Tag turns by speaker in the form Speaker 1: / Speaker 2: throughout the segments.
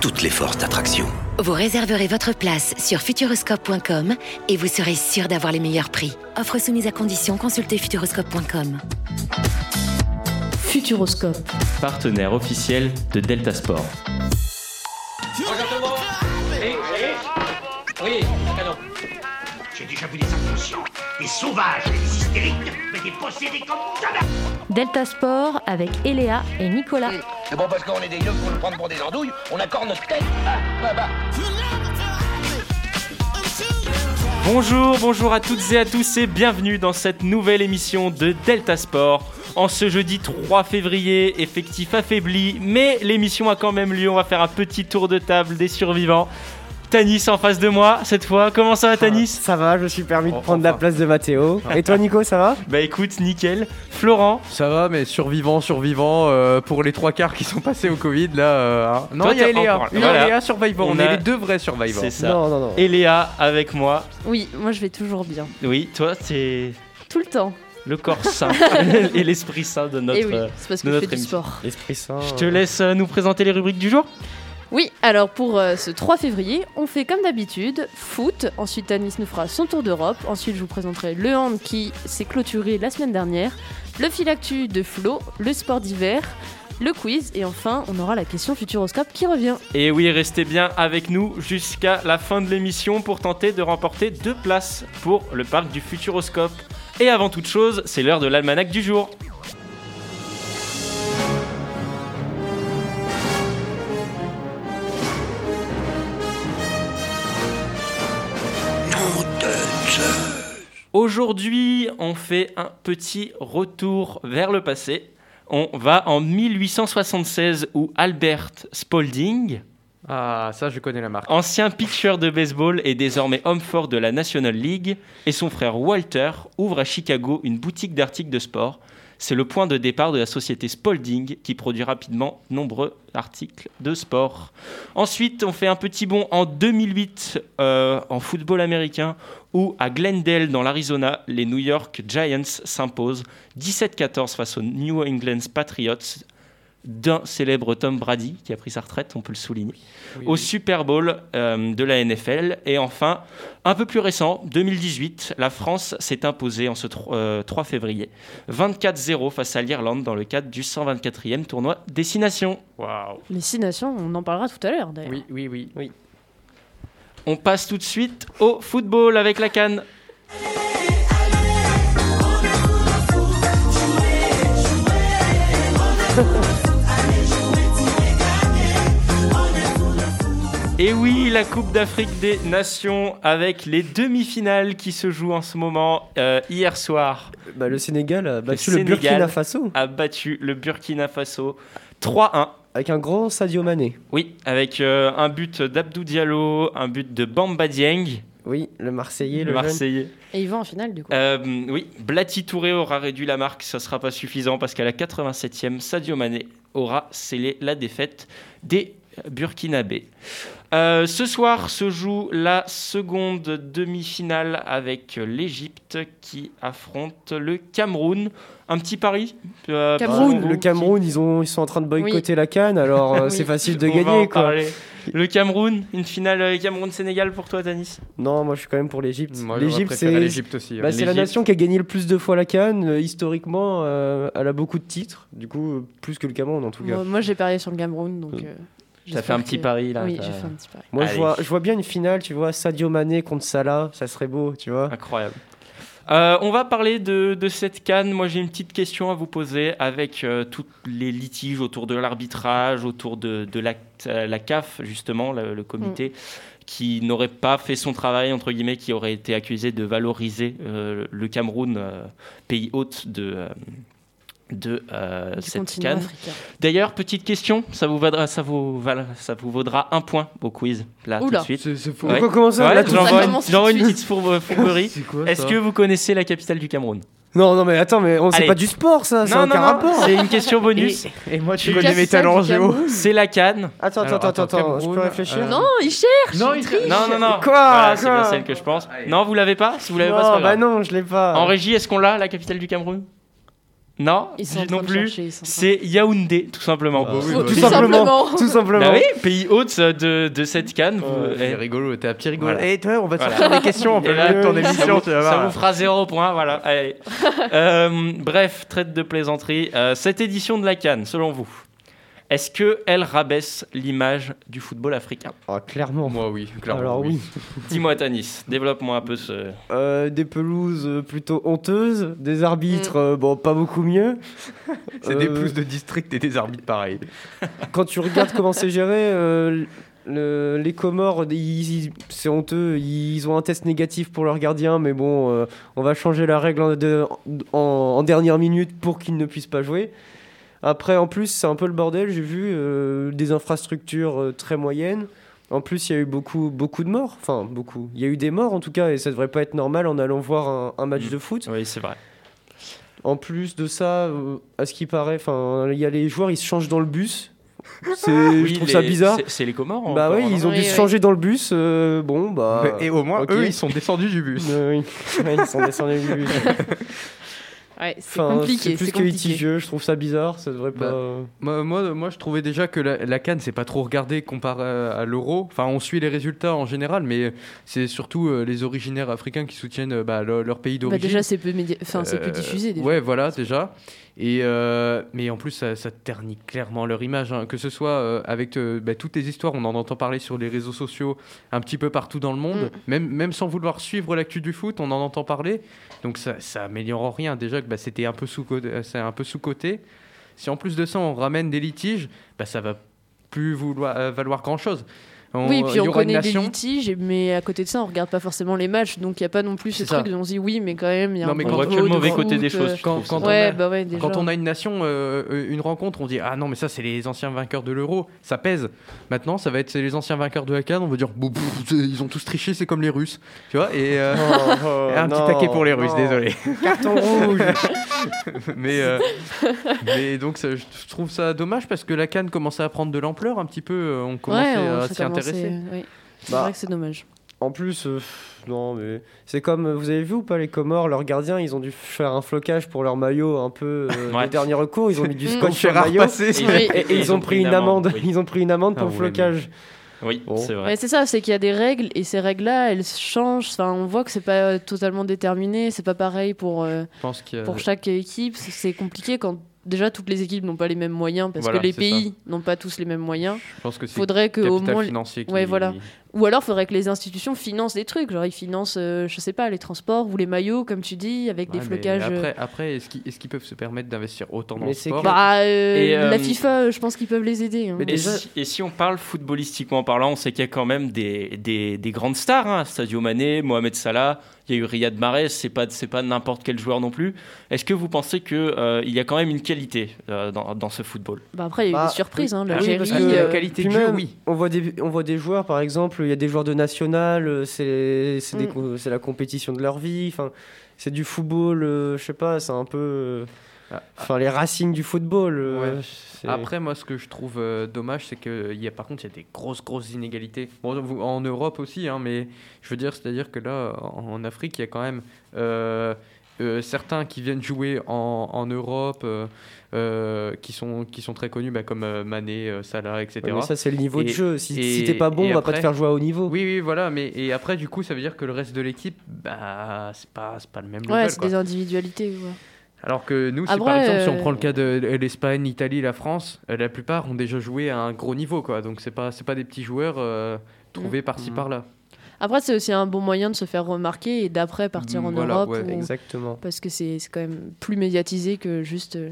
Speaker 1: toutes les forces d'attraction.
Speaker 2: Vous réserverez votre place sur futuroscope.com et vous serez sûr d'avoir les meilleurs prix. Offre soumise à condition, consultez futuroscope.com.
Speaker 3: Futuroscope.
Speaker 4: Partenaire officiel de Delta Sport.
Speaker 5: Bonjour tout le monde Oui, oui, oui, canon.
Speaker 6: J'ai déjà vu des inconscients, des sauvages, des hystériques, mais des possédés comme jamais
Speaker 3: Delta Sport avec Eléa et Nicolas.
Speaker 7: C'est bon parce qu'on est des yeux pour nous prendre pour des andouilles, on accorde notre tête. Ah, bah, bah.
Speaker 4: Bonjour, bonjour à toutes et à tous et bienvenue dans cette nouvelle émission de Delta Sport. En ce jeudi 3 février, effectif affaibli, mais l'émission a quand même lieu. On va faire un petit tour de table des survivants. Tanis en face de moi cette fois. Comment ça va Tanis
Speaker 8: Ça va, je me suis permis de prendre la place de Mathéo. Et toi Nico, ça va
Speaker 4: Bah écoute, nickel. Florent,
Speaker 9: Ça va, mais survivant, survivant euh, pour les trois quarts qui sont passés au Covid là. euh, hein. Non,
Speaker 4: Toi,
Speaker 9: il y a
Speaker 4: t'as-
Speaker 9: Eléa.
Speaker 4: encore-
Speaker 9: Il y a
Speaker 4: voilà.
Speaker 9: Eléa survivant.
Speaker 4: On
Speaker 9: On,
Speaker 4: a-
Speaker 9: est les deux vrais survivants.
Speaker 4: c'est ça.
Speaker 8: Non, non, non.
Speaker 4: Et Léa avec moi.
Speaker 10: Oui, moi je vais toujours bien.
Speaker 4: Oui, toi c'est
Speaker 10: Tout le temps.
Speaker 4: le corps sain et l'esprit sain de notre...
Speaker 10: Et oui,
Speaker 4: euh,
Speaker 10: c'est parce
Speaker 4: de
Speaker 10: que je
Speaker 4: notre
Speaker 10: fais du
Speaker 4: émission.
Speaker 10: sport.
Speaker 8: Esprit Saint.
Speaker 4: Je te laisse euh, nous présenter les rubriques du jour.
Speaker 10: Oui, alors pour euh, ce 3 février, on fait comme d'habitude foot. Ensuite, Tanis nous fera son tour d'Europe. Ensuite, je vous présenterai le hand qui s'est clôturé la semaine dernière, le fil actu de Flo, le sport d'hiver, le quiz et enfin, on aura la question Futuroscope qui revient.
Speaker 4: Et oui, restez bien avec nous jusqu'à la fin de l'émission pour tenter de remporter deux places pour le parc du Futuroscope. Et avant toute chose, c'est l'heure de l'almanach du jour. Aujourd'hui, on fait un petit retour vers le passé. On va en 1876 où Albert Spaulding,
Speaker 9: Ah, ça, je connais la marque.
Speaker 4: ancien pitcher de baseball et désormais homme fort de la National League, et son frère Walter ouvrent à Chicago une boutique d'articles de sport. C'est le point de départ de la société Spalding qui produit rapidement nombreux articles de sport. Ensuite, on fait un petit bond en 2008 euh, en football américain où à Glendale dans l'Arizona, les New York Giants s'imposent 17-14 face aux New England Patriots d'un célèbre Tom Brady qui a pris sa retraite, on peut le souligner au Super Bowl euh, de la NFL. Et enfin, un peu plus récent, 2018, la France s'est imposée en ce tro- euh, 3 février, 24-0 face à l'Irlande dans le cadre du 124e tournoi Destination.
Speaker 9: Waouh.
Speaker 10: Les six nations, on en parlera tout à l'heure d'ailleurs.
Speaker 9: Oui, oui, oui. oui.
Speaker 4: On passe tout de suite au football avec la canne. Et oui, la Coupe d'Afrique des Nations avec les demi-finales qui se jouent en ce moment. Euh, hier soir,
Speaker 8: Bah, le Sénégal a battu
Speaker 4: Le
Speaker 8: le,
Speaker 4: Sénégal.
Speaker 8: Burkina Faso
Speaker 4: a battu le Burkina Faso 3-1.
Speaker 8: avec un grand Sadio Mané.
Speaker 4: Oui, avec euh, un but d'Abdou Diallo, un but de Bamba Dieng,
Speaker 8: Oui, le Marseillais,
Speaker 4: le
Speaker 8: le, jeune.
Speaker 4: Marseillais.
Speaker 10: Et il va en finale du coup.
Speaker 4: Euh, oui, Blati Touré aura réduit la marque, ça sera pas suffisant parce qu'à la 87e, Sadio Mané aura scellé la défaite des Burkinabés. Euh, ce soir se joue la seconde demi-finale avec l'Égypte qui affronte le Cameroun. Un petit pari euh,
Speaker 10: Cameroun.
Speaker 4: petit-
Speaker 8: Le Cameroun, ils, ont, ils sont en train de boycotter la canne, alors euh, c'est
Speaker 10: Oui.
Speaker 8: facile de
Speaker 4: On va en
Speaker 8: gagner quoi.
Speaker 4: parler. Le Cameroun, une finale euh, Cameroun-Sénégal pour toi, Tanis
Speaker 8: Non, moi je suis quand même pour l'Égypte.
Speaker 9: Moi,
Speaker 8: L'Égypte,
Speaker 9: c'est
Speaker 8: c'est
Speaker 9: l'Égypte aussi.
Speaker 8: bah,
Speaker 9: hein.
Speaker 8: c'est la
Speaker 4: L'Égypte.
Speaker 8: nation qui a gagné le plus de fois la canne. historiquement, euh, elle a beaucoup de titres, du coup, euh, plus que le Cameroun en tout cas.
Speaker 10: Moi, moi, j'ai parié sur le Cameroun donc. euh,
Speaker 4: Ça
Speaker 10: j'espère
Speaker 4: fait un petit
Speaker 10: que-
Speaker 4: pari là.
Speaker 10: Oui,
Speaker 4: t'as-
Speaker 10: j'ai fait un petit pari.
Speaker 8: Moi, je
Speaker 4: Allez.
Speaker 8: vois, je vois bien une finale, tu vois, Sadio Mané contre Salah, ça serait beau, tu vois.
Speaker 4: Incroyable. Euh, on va parler de, de cette canne. Moi, j'ai une petite question à vous poser avec euh, tous les litiges autour de l'arbitrage, autour de, de la, euh, la CAF, justement, le, le
Speaker 10: Mm.
Speaker 4: comité, qui n'aurait pas fait son travail, entre guillemets, qui aurait été accusé de valoriser euh, le Cameroun, euh, pays hôte de, euh, de euh,
Speaker 10: Du
Speaker 4: cette
Speaker 10: continent
Speaker 4: canne.
Speaker 10: africain.
Speaker 4: D'ailleurs, petite question, ça vous, vaudra, ça, vous val- ça vous vaudra un point au quiz, là, tout
Speaker 10: Oula.
Speaker 4: de suite.
Speaker 9: C'est c'est fou.
Speaker 4: Ouais.
Speaker 8: Pourquoi comment ça
Speaker 4: Ouais,
Speaker 8: là, tout-
Speaker 10: j'en-
Speaker 4: j'envoie une-
Speaker 10: commence tout de
Speaker 4: j'envoie une
Speaker 10: suite.
Speaker 4: petite fourbe- fourberie.
Speaker 9: C'est quoi
Speaker 4: Est-ce
Speaker 9: ça
Speaker 4: que vous connaissez la capitale du Cameroun
Speaker 8: Non, non, mais attends, mais on c'est
Speaker 4: Allez.
Speaker 8: pas du sport, ça. Ça
Speaker 4: Non,
Speaker 8: n'a
Speaker 4: non,
Speaker 8: aucun
Speaker 4: non,
Speaker 8: rapport.
Speaker 4: c'est une question bonus.
Speaker 9: Et, moi,
Speaker 8: tu connais mes talents en géo.
Speaker 4: C'est la canne.
Speaker 8: Attends, attends, attends, attends, je peux réfléchir
Speaker 4: Euh,
Speaker 10: Non, il cherche
Speaker 9: Non,
Speaker 10: il
Speaker 9: il-
Speaker 10: triche
Speaker 4: Non, non, non. Voilà,
Speaker 8: Quoi,
Speaker 4: C'est
Speaker 8: quoi Ah,
Speaker 4: bien celle que je pense. Non, vous l'avez pas Si vous l'avez
Speaker 8: Non,
Speaker 4: pas, c'est pas
Speaker 8: bah
Speaker 4: grave.
Speaker 8: non, je l'ai pas.
Speaker 4: En régie, est-ce qu'on l'a, la capitale du Cameroun Non,
Speaker 10: Ils sont en train
Speaker 4: non
Speaker 10: de
Speaker 4: plus.
Speaker 10: chercher, ils sont en train
Speaker 4: C'est Yaoundé, tout simplement.
Speaker 9: oui, bah
Speaker 8: Tout simplement.
Speaker 10: simplement.
Speaker 8: Tout simplement.
Speaker 4: Bah oui, pays hôte de, de cette canne.
Speaker 8: Oh,
Speaker 4: vous- eh,
Speaker 9: C'est rigolo, t'es un petit rigolo.
Speaker 4: Voilà.
Speaker 9: Et toi, on va te
Speaker 4: Voilà.
Speaker 9: sortir des questions en plein
Speaker 4: Et
Speaker 9: milieu de ton
Speaker 4: là,
Speaker 9: émission,
Speaker 4: vous-
Speaker 9: tu vas
Speaker 4: ça
Speaker 9: voir.
Speaker 4: vous fera zéro point, voilà. Allez. Euh, bref, traite de plaisanterie. Euh, cette édition de la Cannes, selon vous, est-ce que elle rabaisse l'image du football africain
Speaker 8: Ah, clairement.
Speaker 9: Moi, oui, clairement.
Speaker 8: Alors oui.
Speaker 4: Dis-moi, Tanis, développe-moi un peu ce.
Speaker 8: Euh, des pelouses euh, plutôt honteuses, des arbitres, euh, bon, pas beaucoup mieux.
Speaker 9: Mm. C'est des
Speaker 8: Euh,
Speaker 9: plus de district et des arbitres pareils.
Speaker 8: Quand tu regardes comment c'est géré, euh, le- les Comores, ils- ils- c'est honteux, ils ont un test négatif pour leur gardien, mais bon, euh, on va changer la règle en, de- en- en dernière minute pour qu'ils ne puissent pas jouer. Après, en plus, c'est un peu le bordel, j'ai vu euh, des infrastructures euh, très moyennes. En plus, il y a eu beaucoup, beaucoup de morts, enfin beaucoup. Il y a eu des morts en tout cas, et ça devrait pas être normal en allant voir un, un match
Speaker 4: Mm.
Speaker 8: de foot.
Speaker 4: Oui, c'est vrai.
Speaker 8: En plus de ça, euh, à ce qui paraît, enfin, il y a les joueurs, ils se changent dans le bus. C'est,
Speaker 4: Oui,
Speaker 8: Euh, je trouve
Speaker 4: les-
Speaker 8: ça bizarre.
Speaker 4: c'est- C'est les Comores. hein,
Speaker 8: Bah
Speaker 4: encore,
Speaker 8: oui,
Speaker 4: non
Speaker 8: ils ont
Speaker 10: Oui,
Speaker 8: dû
Speaker 10: oui.
Speaker 8: se changer dans le bus. euh, bon, bah.
Speaker 9: Et au moins,
Speaker 8: ok.
Speaker 9: eux, ils sont descendus du bus.
Speaker 8: Euh, oui. Ouais, ils sont descendus du bus.
Speaker 10: Ouais, c'est
Speaker 8: Enfin,
Speaker 10: compliqué.
Speaker 8: C'est plus
Speaker 10: C'est
Speaker 8: que
Speaker 10: compliqué.
Speaker 8: litigieux. Je trouve ça bizarre. Ça devrait
Speaker 9: Bah,
Speaker 8: pas.
Speaker 9: Moi, moi, moi, je trouvais déjà que la, la Cannes, c'est pas trop regardé comparé à l'euro. Enfin, on suit les résultats en général, mais c'est surtout euh, les originaires africains qui soutiennent euh, bah, leur, leur pays
Speaker 10: Bah
Speaker 9: d'origine.
Speaker 10: déjà, c'est peu, médi- enfin, c'est peu
Speaker 9: Euh,
Speaker 10: diffusé. Déjà.
Speaker 9: Ouais, voilà, déjà. Et euh, mais en plus, ça, ça ternit clairement leur image, hein. que ce soit euh, avec euh, bah, toutes les histoires, on en entend parler sur les réseaux sociaux, un petit peu partout dans le
Speaker 10: Mm.
Speaker 9: monde, même, même sans vouloir suivre l'actu du foot, on en entend parler. Donc ça, ça améliore en rien. Déjà que bah, c'était un peu sous c'est un peu sous côté. Si en plus de ça, on ramène des litiges, bah, ça va plus vouloir euh, valoir grand chose.
Speaker 10: Oui, puis on connaît des
Speaker 9: nation
Speaker 10: litiges, mais à côté de ça, on regarde pas forcément les matchs, donc il n'y a pas non plus ce
Speaker 9: C'est ça.
Speaker 10: truc où on se dit oui, mais quand même, il y a
Speaker 9: Non,
Speaker 10: un
Speaker 9: mais
Speaker 4: On
Speaker 9: quand
Speaker 10: peu
Speaker 4: voit
Speaker 10: de
Speaker 4: que le
Speaker 10: faute,
Speaker 4: mauvais
Speaker 10: de
Speaker 4: côté des
Speaker 10: foot,
Speaker 4: choses.
Speaker 10: euh,
Speaker 4: je
Speaker 9: quand-
Speaker 4: trouve,
Speaker 9: quand
Speaker 4: ça.
Speaker 9: on
Speaker 10: Ouais,
Speaker 9: a-
Speaker 10: bah ouais, déjà.
Speaker 9: Quand on a une nation, euh, une rencontre, on dit ah non mais ça c'est les anciens vainqueurs de l'euro, ça pèse. Maintenant ça va être c'est les anciens vainqueurs de la CAN, on va dire Bon, pff, c'est- ils ont tous triché, c'est comme les Russes, tu vois. Et euh, et un petit taquet pour les Russes, désolé.
Speaker 8: Oh, Carton rouge.
Speaker 9: mais, euh, mais donc ça, je trouve ça dommage parce que la CAN commençait à prendre de l'ampleur un petit peu, euh, on commençait
Speaker 10: ouais, on
Speaker 9: à
Speaker 10: s'est
Speaker 9: s'y
Speaker 10: commencé,
Speaker 9: intéresser.
Speaker 10: euh, oui. C'est
Speaker 8: Bah.
Speaker 10: vrai que c'est dommage.
Speaker 8: En plus, euh, pff, non, mais c'est comme euh, vous avez vu ou pas les Comores, leurs gardiens, ils ont dû faire un flocage pour leur maillot un peu euh,
Speaker 4: Ouais.
Speaker 8: de dernier recours. Ils ont mis du
Speaker 10: Mm.
Speaker 8: scotch sur le
Speaker 9: Gérard
Speaker 8: maillot.
Speaker 9: Passé,
Speaker 4: Et-
Speaker 10: Oui.
Speaker 8: Et, et ils ont pris une amende.
Speaker 4: oui.
Speaker 8: Ils ont pris une amende
Speaker 9: Ah,
Speaker 8: pour
Speaker 9: vous
Speaker 8: flocage.
Speaker 4: Oui,
Speaker 8: Bon.
Speaker 4: c'est vrai.
Speaker 10: Ouais, c'est ça, c'est qu'il y a des règles et ces règles-là, elles changent. Enfin, on voit que c'est pas euh, totalement déterminé, c'est pas pareil pour, euh,
Speaker 9: je pense que
Speaker 10: pour chaque équipe. C'est- C'est compliqué quand déjà toutes les équipes n'ont pas les mêmes moyens parce
Speaker 9: Voilà,
Speaker 10: que les
Speaker 9: c'est
Speaker 10: pays n'ont pas tous les mêmes moyens.
Speaker 9: je pense que c'est
Speaker 10: Faudrait que
Speaker 9: le
Speaker 10: au
Speaker 9: capital
Speaker 10: moins
Speaker 9: financier qui-
Speaker 10: Ouais, voilà. ou alors faudrait que les institutions financent des trucs, genre ils financent euh, je sais pas les transports ou les maillots comme tu dis avec
Speaker 9: Ouais,
Speaker 10: des
Speaker 9: mais
Speaker 10: flocages. euh,
Speaker 9: Après, après est-ce qu'ils est-ce qu'ils peuvent se permettre d'investir autant dans
Speaker 8: Mais
Speaker 9: le
Speaker 8: c'est
Speaker 9: sport
Speaker 8: que-
Speaker 10: Bah, euh,
Speaker 4: Et, euh,
Speaker 10: la FIFA, euh, je pense qu'ils peuvent les aider. hein.
Speaker 8: Mais
Speaker 4: Et,
Speaker 8: déjà-
Speaker 4: si, et si on parle footballistiquement parlant, on sait qu'il y a quand même des, des- des grandes stars. hein. Sadio Mané, Mohamed Salah, il y a eu Riyad Mahrez, c'est pas, c'est pas n'importe quel joueur non plus. Est-ce que vous pensez qu'il y a quand même une qualité euh, dans, dans ce football
Speaker 10: Bah, après, il y a eu
Speaker 8: Bah,
Speaker 10: des surprises. Hein,
Speaker 8: oui,
Speaker 10: L'Algérie,
Speaker 8: parce que-
Speaker 10: euh,
Speaker 9: la qualité
Speaker 8: Puis
Speaker 9: de jeu,
Speaker 8: même,
Speaker 9: oui.
Speaker 8: On voit, des, on voit des joueurs, par exemple, il y a des joueurs de national, euh, c'est c'est des
Speaker 10: Mm.
Speaker 8: co- c'est la compétition de leur vie, enfin, c'est du football, euh, je sais pas, c'est un peu. euh,
Speaker 9: Ah,
Speaker 8: Enfin, les racines du football. euh,
Speaker 9: Ouais.
Speaker 8: c'est-
Speaker 9: Après, moi, ce que je trouve euh, dommage, c'est que il y a, par contre, il y a des grosses, grosses inégalités. Bon, vous- en Europe aussi, hein, mais je veux dire, c'est-à-dire que là, en, en Afrique, il y a quand même euh, euh, certains qui viennent jouer en, en Europe, euh, euh, qui, sont, qui sont très connus, bah, comme euh, Mané, euh, Salah, etc.
Speaker 8: Ouais, mais ça, c'est le niveau de
Speaker 9: Et-
Speaker 8: jeu. Si,
Speaker 9: et-
Speaker 8: si t'es pas bon,
Speaker 9: et
Speaker 8: on va
Speaker 9: après-
Speaker 8: pas te faire jouer à haut niveau.
Speaker 9: oui, oui, voilà, mais et après, du coup, ça veut dire que le reste de l'équipe, bah, c'est pas, c'est pas le même
Speaker 10: ouais,
Speaker 9: level,
Speaker 10: c'est
Speaker 9: quoi.
Speaker 10: des individualités. ouais.
Speaker 9: Alors que nous, si
Speaker 10: Après,
Speaker 9: par exemple, si
Speaker 10: euh,
Speaker 9: on prend le cas de l'Espagne, l'Italie, la France, euh, la plupart ont déjà joué à un gros niveau, quoi. Donc c'est pas, c'est pas des petits joueurs euh, trouvés par-ci
Speaker 8: Mhm.
Speaker 9: par-là.
Speaker 10: Après, c'est aussi un bon moyen de se faire remarquer et d'après partir en
Speaker 9: Mm, voilà,
Speaker 10: Europe.
Speaker 9: ouais,
Speaker 10: ou-
Speaker 8: Exactement.
Speaker 10: Parce que c'est c'est quand même plus médiatisé que juste euh,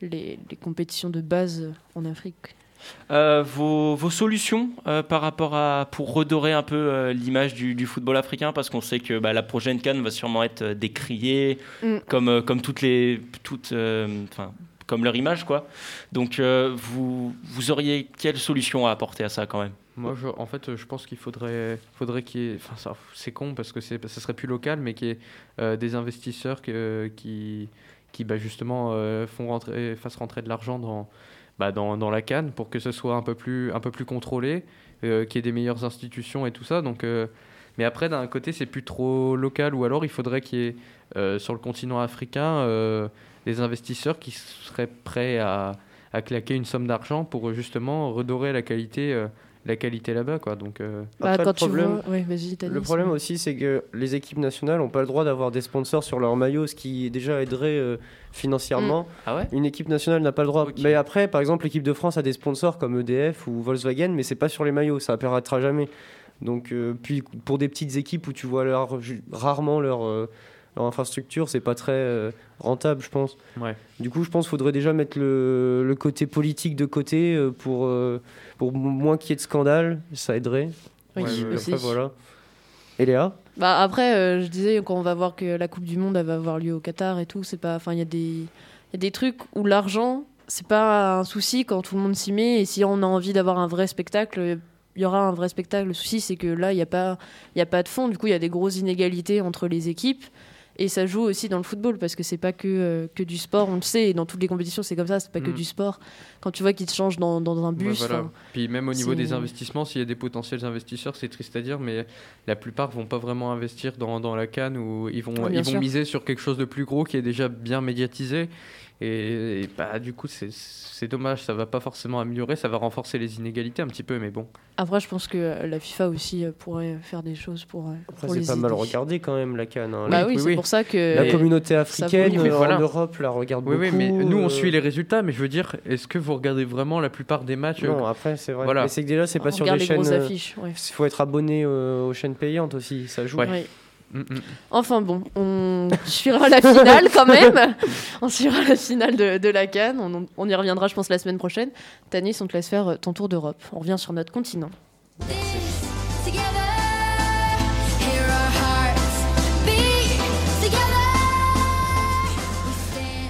Speaker 10: les, les compétitions de base euh, en Afrique.
Speaker 4: Euh, vos, vos solutions euh, par rapport à pour redorer un peu euh, l'image du, du football africain parce qu'on sait que bah, la prochaine canne va sûrement être euh, décriée
Speaker 10: Mm.
Speaker 4: comme euh, comme toutes les toutes euh, enfin comme leur image, quoi. Donc, euh, vous, vous auriez quelle solution à apporter à ça, quand même
Speaker 9: Moi, je- en fait, je pense qu'il faudrait, faudrait qu'il y ait. Enfin, ça, c'est con parce que c'est, ça serait plus local, mais qu'il y ait euh, des investisseurs que- qui, qui bah, justement, euh, font rentrer, fassent rentrer de l'argent dans, bah, dans, dans la canne pour que ce soit un peu plus, un peu plus contrôlé, euh, qu'il y ait des meilleures institutions et tout ça. Donc. euh, mais après, d'un côté, c'est plus trop local, ou alors il faudrait qu'il y ait euh, sur le continent africain euh, des investisseurs qui seraient prêts à, à claquer une somme d'argent pour euh, justement redorer la qualité, euh, la qualité là-bas, quoi. Donc, euh,
Speaker 10: Bah,
Speaker 8: Après,
Speaker 10: quand
Speaker 8: le
Speaker 10: tu
Speaker 8: problème,
Speaker 10: vois- ouais, vas-y, Tanis.
Speaker 8: le problème aussi, c'est que les équipes nationales n'ont pas le droit d'avoir des sponsors sur leur maillot, ce qui déjà aiderait euh, financièrement.
Speaker 4: Mm. Ah ouais
Speaker 8: Une équipe nationale n'a pas le droit. Mais après, par exemple, l'équipe de France a des sponsors comme EDF ou Volkswagen, mais c'est pas sur les maillots, ça apparaîtra jamais. Donc, euh, puis pour des petites équipes où tu vois leur- ju- rarement leur, euh, leur infrastructure, c'est pas très euh, rentable, je pense.
Speaker 9: Ouais.
Speaker 8: Du coup, je pense qu'il faudrait déjà mettre le, le côté politique de côté euh, pour, euh, pour moins qu'il y ait de scandale, ça aiderait.
Speaker 10: Oui,
Speaker 8: Puis
Speaker 10: aussi.
Speaker 8: après, voilà. Et Léa
Speaker 10: Bah après, euh, je disais quand on va voir que la Coupe du Monde elle va avoir lieu au Qatar et tout, c'est pas. Enfin, il y a des, il y a des trucs où l'argent c'est pas un souci quand tout le monde s'y met et si on a envie d'avoir un vrai spectacle, il y aura un vrai spectacle. Le souci c'est que là, il y a pas, il y a pas de fond. Du coup, il y a des grosses inégalités entre les équipes. Et ça joue aussi dans le football parce que c'est pas que, euh, que du sport, on le sait, et dans toutes les compétitions c'est comme ça, c'est pas que
Speaker 9: Mm.
Speaker 10: du sport. Quand tu vois qu'ils te changent dans, dans un bus.
Speaker 9: Ouais, bah, voilà.
Speaker 10: enfin,
Speaker 9: Puis même au niveau
Speaker 10: c'est-
Speaker 9: des investissements, s'il y a des potentiels investisseurs, c'est triste à dire, mais la plupart vont pas vraiment investir dans, dans la canne ou ils vont,
Speaker 10: Ah, bien
Speaker 9: ils vont
Speaker 10: sûr.
Speaker 9: miser sur quelque chose de plus gros qui est déjà bien médiatisé. Et, et bah, du coup, c'est- c'est dommage, ça va pas forcément améliorer, ça va renforcer les inégalités un petit peu, mais bon.
Speaker 10: Après, je pense que euh, la FIFA aussi euh, pourrait faire des choses pour, euh,
Speaker 8: Après,
Speaker 10: pour les
Speaker 8: c'est pas
Speaker 10: aider.
Speaker 8: mal regardé quand même la Cannes. hein.
Speaker 10: Bah oui, c'est pour ça que-
Speaker 8: La
Speaker 10: Mais-
Speaker 8: communauté
Speaker 10: ça
Speaker 8: africaine
Speaker 10: vaut le coup.
Speaker 8: euh, en Europe la regarde
Speaker 9: Oui, oui,
Speaker 8: beaucoup.
Speaker 9: mais nous on
Speaker 8: euh,
Speaker 9: suit les résultats, mais je veux dire, est-ce que vous regardez vraiment la plupart des matchs euh,
Speaker 8: Non, après, c'est vrai.
Speaker 9: Voilà.
Speaker 8: Mais c'est que déjà, c'est pas
Speaker 9: On
Speaker 8: sur
Speaker 9: regarde
Speaker 8: des
Speaker 9: les
Speaker 8: chaînes.
Speaker 9: grosses
Speaker 8: euh,
Speaker 10: affiches, ouais.
Speaker 8: faut être abonné euh, aux chaînes payantes aussi, ça joue.
Speaker 10: Ouais. Ouais.
Speaker 9: Mm,
Speaker 10: Enfin bon, on suivra la finale quand même. On suivra la finale de, de la Cannes. On, on y reviendra, je pense, la semaine prochaine. Tanis, on te laisse faire euh, ton tour d'Europe. On revient sur notre continent.
Speaker 11: Hear our hearts beat together.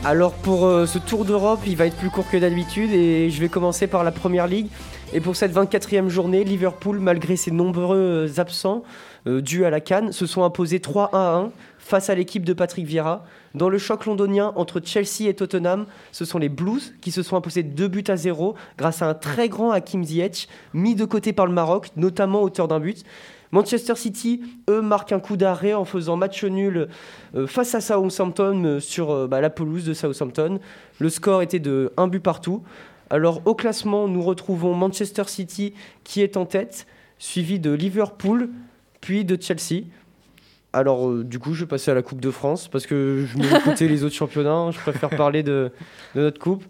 Speaker 8: Alors pour euh, ce tour d'Europe, il va être plus court que d'habitude et je vais commencer par la Première Ligue. Et pour cette 24e journée, Liverpool, malgré ses nombreux euh, absents euh, dus à la Cannes, se sont imposés 3-1 à 1 face à l'équipe de Patrick Vieira. Dans le choc londonien entre Chelsea et Tottenham, ce sont les Blues qui se sont imposés 2 buts à 0 grâce à un très grand Hakim Ziyech mis de côté par le Maroc, notamment auteur d'un but. Manchester City, eux, marquent un coup d'arrêt en faisant match nul euh, face à Southampton euh, sur euh, bah, la pelouse de Southampton. Le score était de 1 but partout. Alors au classement, nous retrouvons Manchester City qui est en tête, suivi de Liverpool, puis de Chelsea. Alors euh, du coup, je vais passer à la Coupe de France parce que je vais écouter les autres championnats. hein. Je préfère parler de, de notre coupe.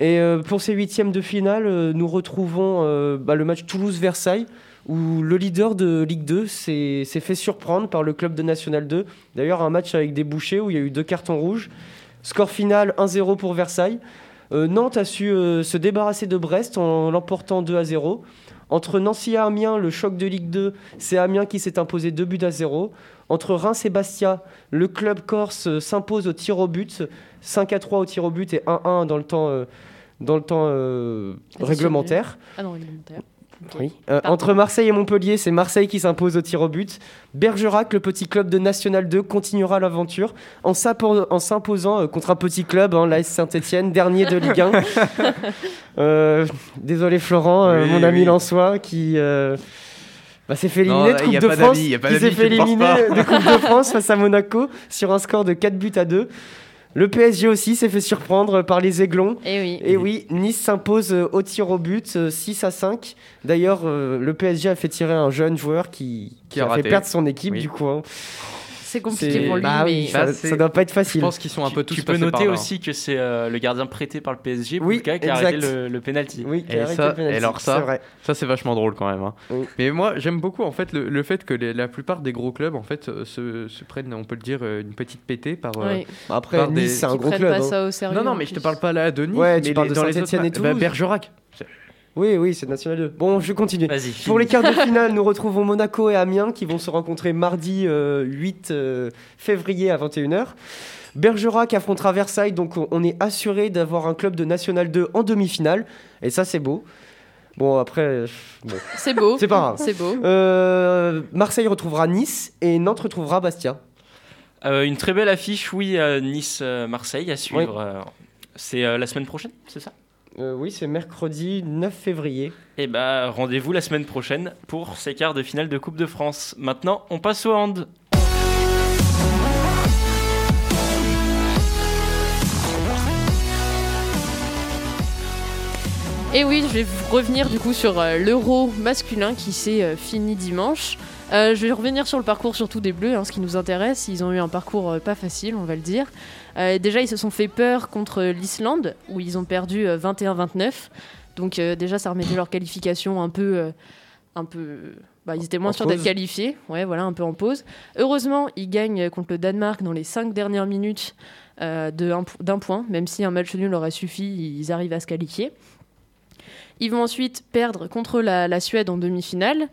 Speaker 8: Et euh, pour ces huitièmes de finale, euh, nous retrouvons euh, bah, le match Toulouse-Versailles où le leader de Ligue 2 s'est s'est fait surprendre par le club de National 2. D'ailleurs, un match avec des bouchées où il y a eu deux cartons rouges. Score final 1-0 pour Versailles. Euh, Nantes a su euh, se débarrasser de Brest en l'emportant 2 à 0. Entre Nancy et Amiens, le choc de Ligue 2, c'est Amiens qui s'est imposé 2 buts à 0. Entre Reims et Bastia, le club corse euh, s'impose au tir au but, 5 à 3 au tir au but et 1 à 1 dans le temps, euh, dans le temps euh, réglementaire.
Speaker 10: Ah non, réglementaire.
Speaker 8: Oui. Euh, entre Marseille et Montpellier, c'est Marseille qui s'impose au tir au but. Bergerac, le petit club de National 2, continuera l'aventure en s'appo- en s'imposant euh, contre un petit club, hein, l'AS Saint-Etienne, dernier de Ligue 1. Euh, désolé Florent, euh,
Speaker 9: Oui,
Speaker 8: mon ami
Speaker 9: oui.
Speaker 8: Lançois qui euh, bah, s'est fait éliminer
Speaker 9: Non,
Speaker 8: de
Speaker 9: il
Speaker 8: Coupe
Speaker 9: y a
Speaker 8: de
Speaker 9: pas
Speaker 8: France.
Speaker 9: d'amis, il y a pas
Speaker 8: qui s'est
Speaker 9: d'amis,
Speaker 8: fait
Speaker 9: tu le penses
Speaker 8: éliminer
Speaker 9: pas.
Speaker 8: de Coupe de France face à Monaco sur un score de 4 buts à 2. Le PSG aussi s'est fait surprendre par les Aiglons.
Speaker 10: Et oui.
Speaker 8: Et Eh oui, Nice s'impose euh, au tir au but, euh, 6 à 5. D'ailleurs, euh, le PSG a fait tirer un jeune joueur qui,
Speaker 9: Qui a
Speaker 8: fait
Speaker 9: raté.
Speaker 8: perdre son équipe,
Speaker 9: Oui.
Speaker 8: du coup. hein.
Speaker 10: C'est
Speaker 8: C'est-
Speaker 10: compliqué pour lui.
Speaker 8: bah oui,
Speaker 10: mais...
Speaker 8: ça, ça doit pas être facile.
Speaker 9: Je pense qu'ils sont un peu tous
Speaker 4: Tu peux
Speaker 9: passés par
Speaker 4: noter
Speaker 9: là, hein.
Speaker 4: aussi que c'est euh, le gardien prêté par le PSG,
Speaker 8: Oui,
Speaker 4: Boulka, qui a
Speaker 8: exact.
Speaker 4: arrêté le, le penalty.
Speaker 8: Oui, qui a
Speaker 9: Et
Speaker 8: arrêté
Speaker 9: ça,
Speaker 8: le penalty,
Speaker 9: et alors ça,
Speaker 8: c'est vrai.
Speaker 9: ça c'est vachement drôle quand même. hein. Mais moi j'aime beaucoup en fait le, le fait que les- la plupart des gros clubs en fait euh, se, se prennent, on peut le dire, euh, une petite pétée par. euh,
Speaker 10: Oui.
Speaker 8: Bah après,
Speaker 9: par
Speaker 8: Nice,
Speaker 9: des-
Speaker 8: c'est un Qui gros prennent club, pas hein. ça au sérieux,
Speaker 9: Non non,
Speaker 8: en
Speaker 9: mais je te
Speaker 8: plus.
Speaker 9: parle pas là de Nice.
Speaker 8: Ouais,
Speaker 9: mais
Speaker 8: tu parles
Speaker 9: les-
Speaker 8: de
Speaker 9: dans les
Speaker 8: Saint-Étienne
Speaker 9: autres
Speaker 8: et
Speaker 9: matchs. Bah,
Speaker 8: Toulouse.
Speaker 9: Bergerac.
Speaker 8: Oui, oui, c'est National 2. Bon, je continue.
Speaker 4: Vas-y.
Speaker 8: Pour les quarts de finale, nous retrouvons Monaco et Amiens qui vont se rencontrer mardi euh, 8 euh, février à 21h. Bergerac affrontera Versailles, donc on- on est assuré d'avoir un club de National 2 en demi-finale. Et ça, c'est beau. Bon, après. euh, bon.
Speaker 10: C'est beau.
Speaker 8: C'est pas grave.
Speaker 10: C'est beau.
Speaker 8: Euh, Marseille retrouvera Nice et Nantes retrouvera Bastia.
Speaker 4: Euh, une très belle affiche, oui, euh, Nice-Marseille à suivre. euh, c'est euh, la semaine prochaine, c'est ça
Speaker 8: Euh, oui, c'est mercredi 9 février.
Speaker 4: Eh bah, rendez-vous la semaine prochaine pour ces quarts de finale de Coupe de France. Maintenant, on passe au hand.
Speaker 10: Et oui, je vais vous revenir du coup sur euh, l'euro masculin qui s'est euh, fini dimanche. Euh, je vais revenir sur le parcours surtout des Bleus, hein, ce qui nous intéresse. Ils ont eu un parcours euh, pas facile, on va le dire. Euh, déjà, ils se sont fait peur contre l'Islande, où ils ont perdu euh, 21-29. Donc euh, déjà, ça remettait leur qualification un peu... euh, un peu... Bah, ils étaient moins
Speaker 3: En
Speaker 10: sûrs d'être
Speaker 3: pause.
Speaker 10: qualifiés. Ouais, voilà, un peu en pause. Heureusement, ils gagnent euh, contre le Danemark dans les cinq dernières minutes euh, de un po- d'un point. Même si un match nul aurait suffi, ils arrivent à se qualifier. Ils vont ensuite perdre contre la, la Suède en demi-finale,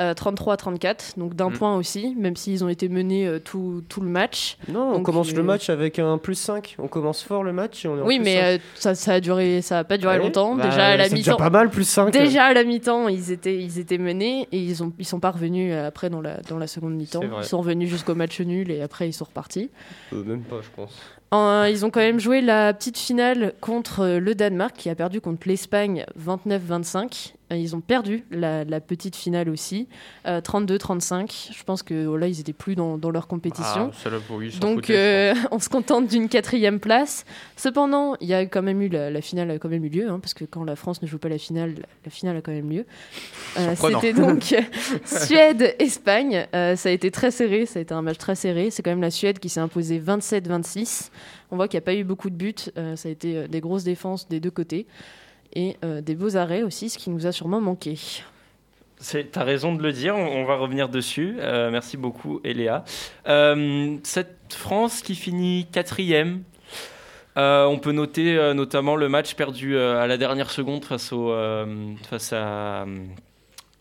Speaker 10: euh, 33-34, donc d'un
Speaker 8: Mm.
Speaker 10: point aussi, même s'ils ont été menés euh, tout, tout le match.
Speaker 8: Non, on
Speaker 10: Donc,
Speaker 8: commence
Speaker 10: euh,
Speaker 8: le match avec un plus 5. On commence fort le match et on est en
Speaker 10: Oui,
Speaker 8: plus
Speaker 10: mais
Speaker 8: cinq.
Speaker 10: euh, ça, ça a duré, ça a pas duré
Speaker 8: Ouais.
Speaker 10: longtemps.
Speaker 8: Bah,
Speaker 10: déjà à la
Speaker 8: c'est
Speaker 10: mi-temps,
Speaker 8: déjà pas mal, plus cinq.
Speaker 10: Déjà à la mi-temps, ils étaient, ils étaient menés et ils ont, ils sont pas revenus euh, après dans la, dans la seconde mi-temps.
Speaker 8: C'est vrai.
Speaker 10: Ils sont revenus jusqu'au match nul et après ils sont repartis.
Speaker 8: Euh, même pas, je pense.
Speaker 10: En- ils ont quand même joué la petite finale contre euh, le Danemark qui a perdu contre l'Espagne 29-25. Euh, Ils ont perdu la, la petite finale aussi, euh, 32-35. Je pense que oh là, ils étaient plus dans, dans leur compétition.
Speaker 9: Ah, ça, là, pour lui, ils s'en
Speaker 10: Donc
Speaker 9: foutaient, je
Speaker 10: euh, on se contente d'une quatrième place. Cependant, il y a quand même eu la, la finale a quand même eu lieu, hein, parce que quand la France ne joue pas la finale, la finale a quand même lieu. Euh,
Speaker 3: Surprenant.
Speaker 10: C'était donc Suède-Espagne. Euh, ça a été très serré, ça a été un match très serré. C'est quand même la Suède qui s'est imposée 27-26. On voit qu'il n'y a pas eu beaucoup de buts. Euh, ça a été euh, des grosses défenses des deux côtés et euh, des beaux arrêts aussi, ce qui nous a sûrement manqué.
Speaker 4: C'est- T'as raison de le dire, on, on va revenir dessus. Euh, merci beaucoup, Eléa. Euh, cette France qui finit quatrième, euh, on peut noter euh, notamment le match perdu euh, à la dernière seconde face, au, euh, face à... euh,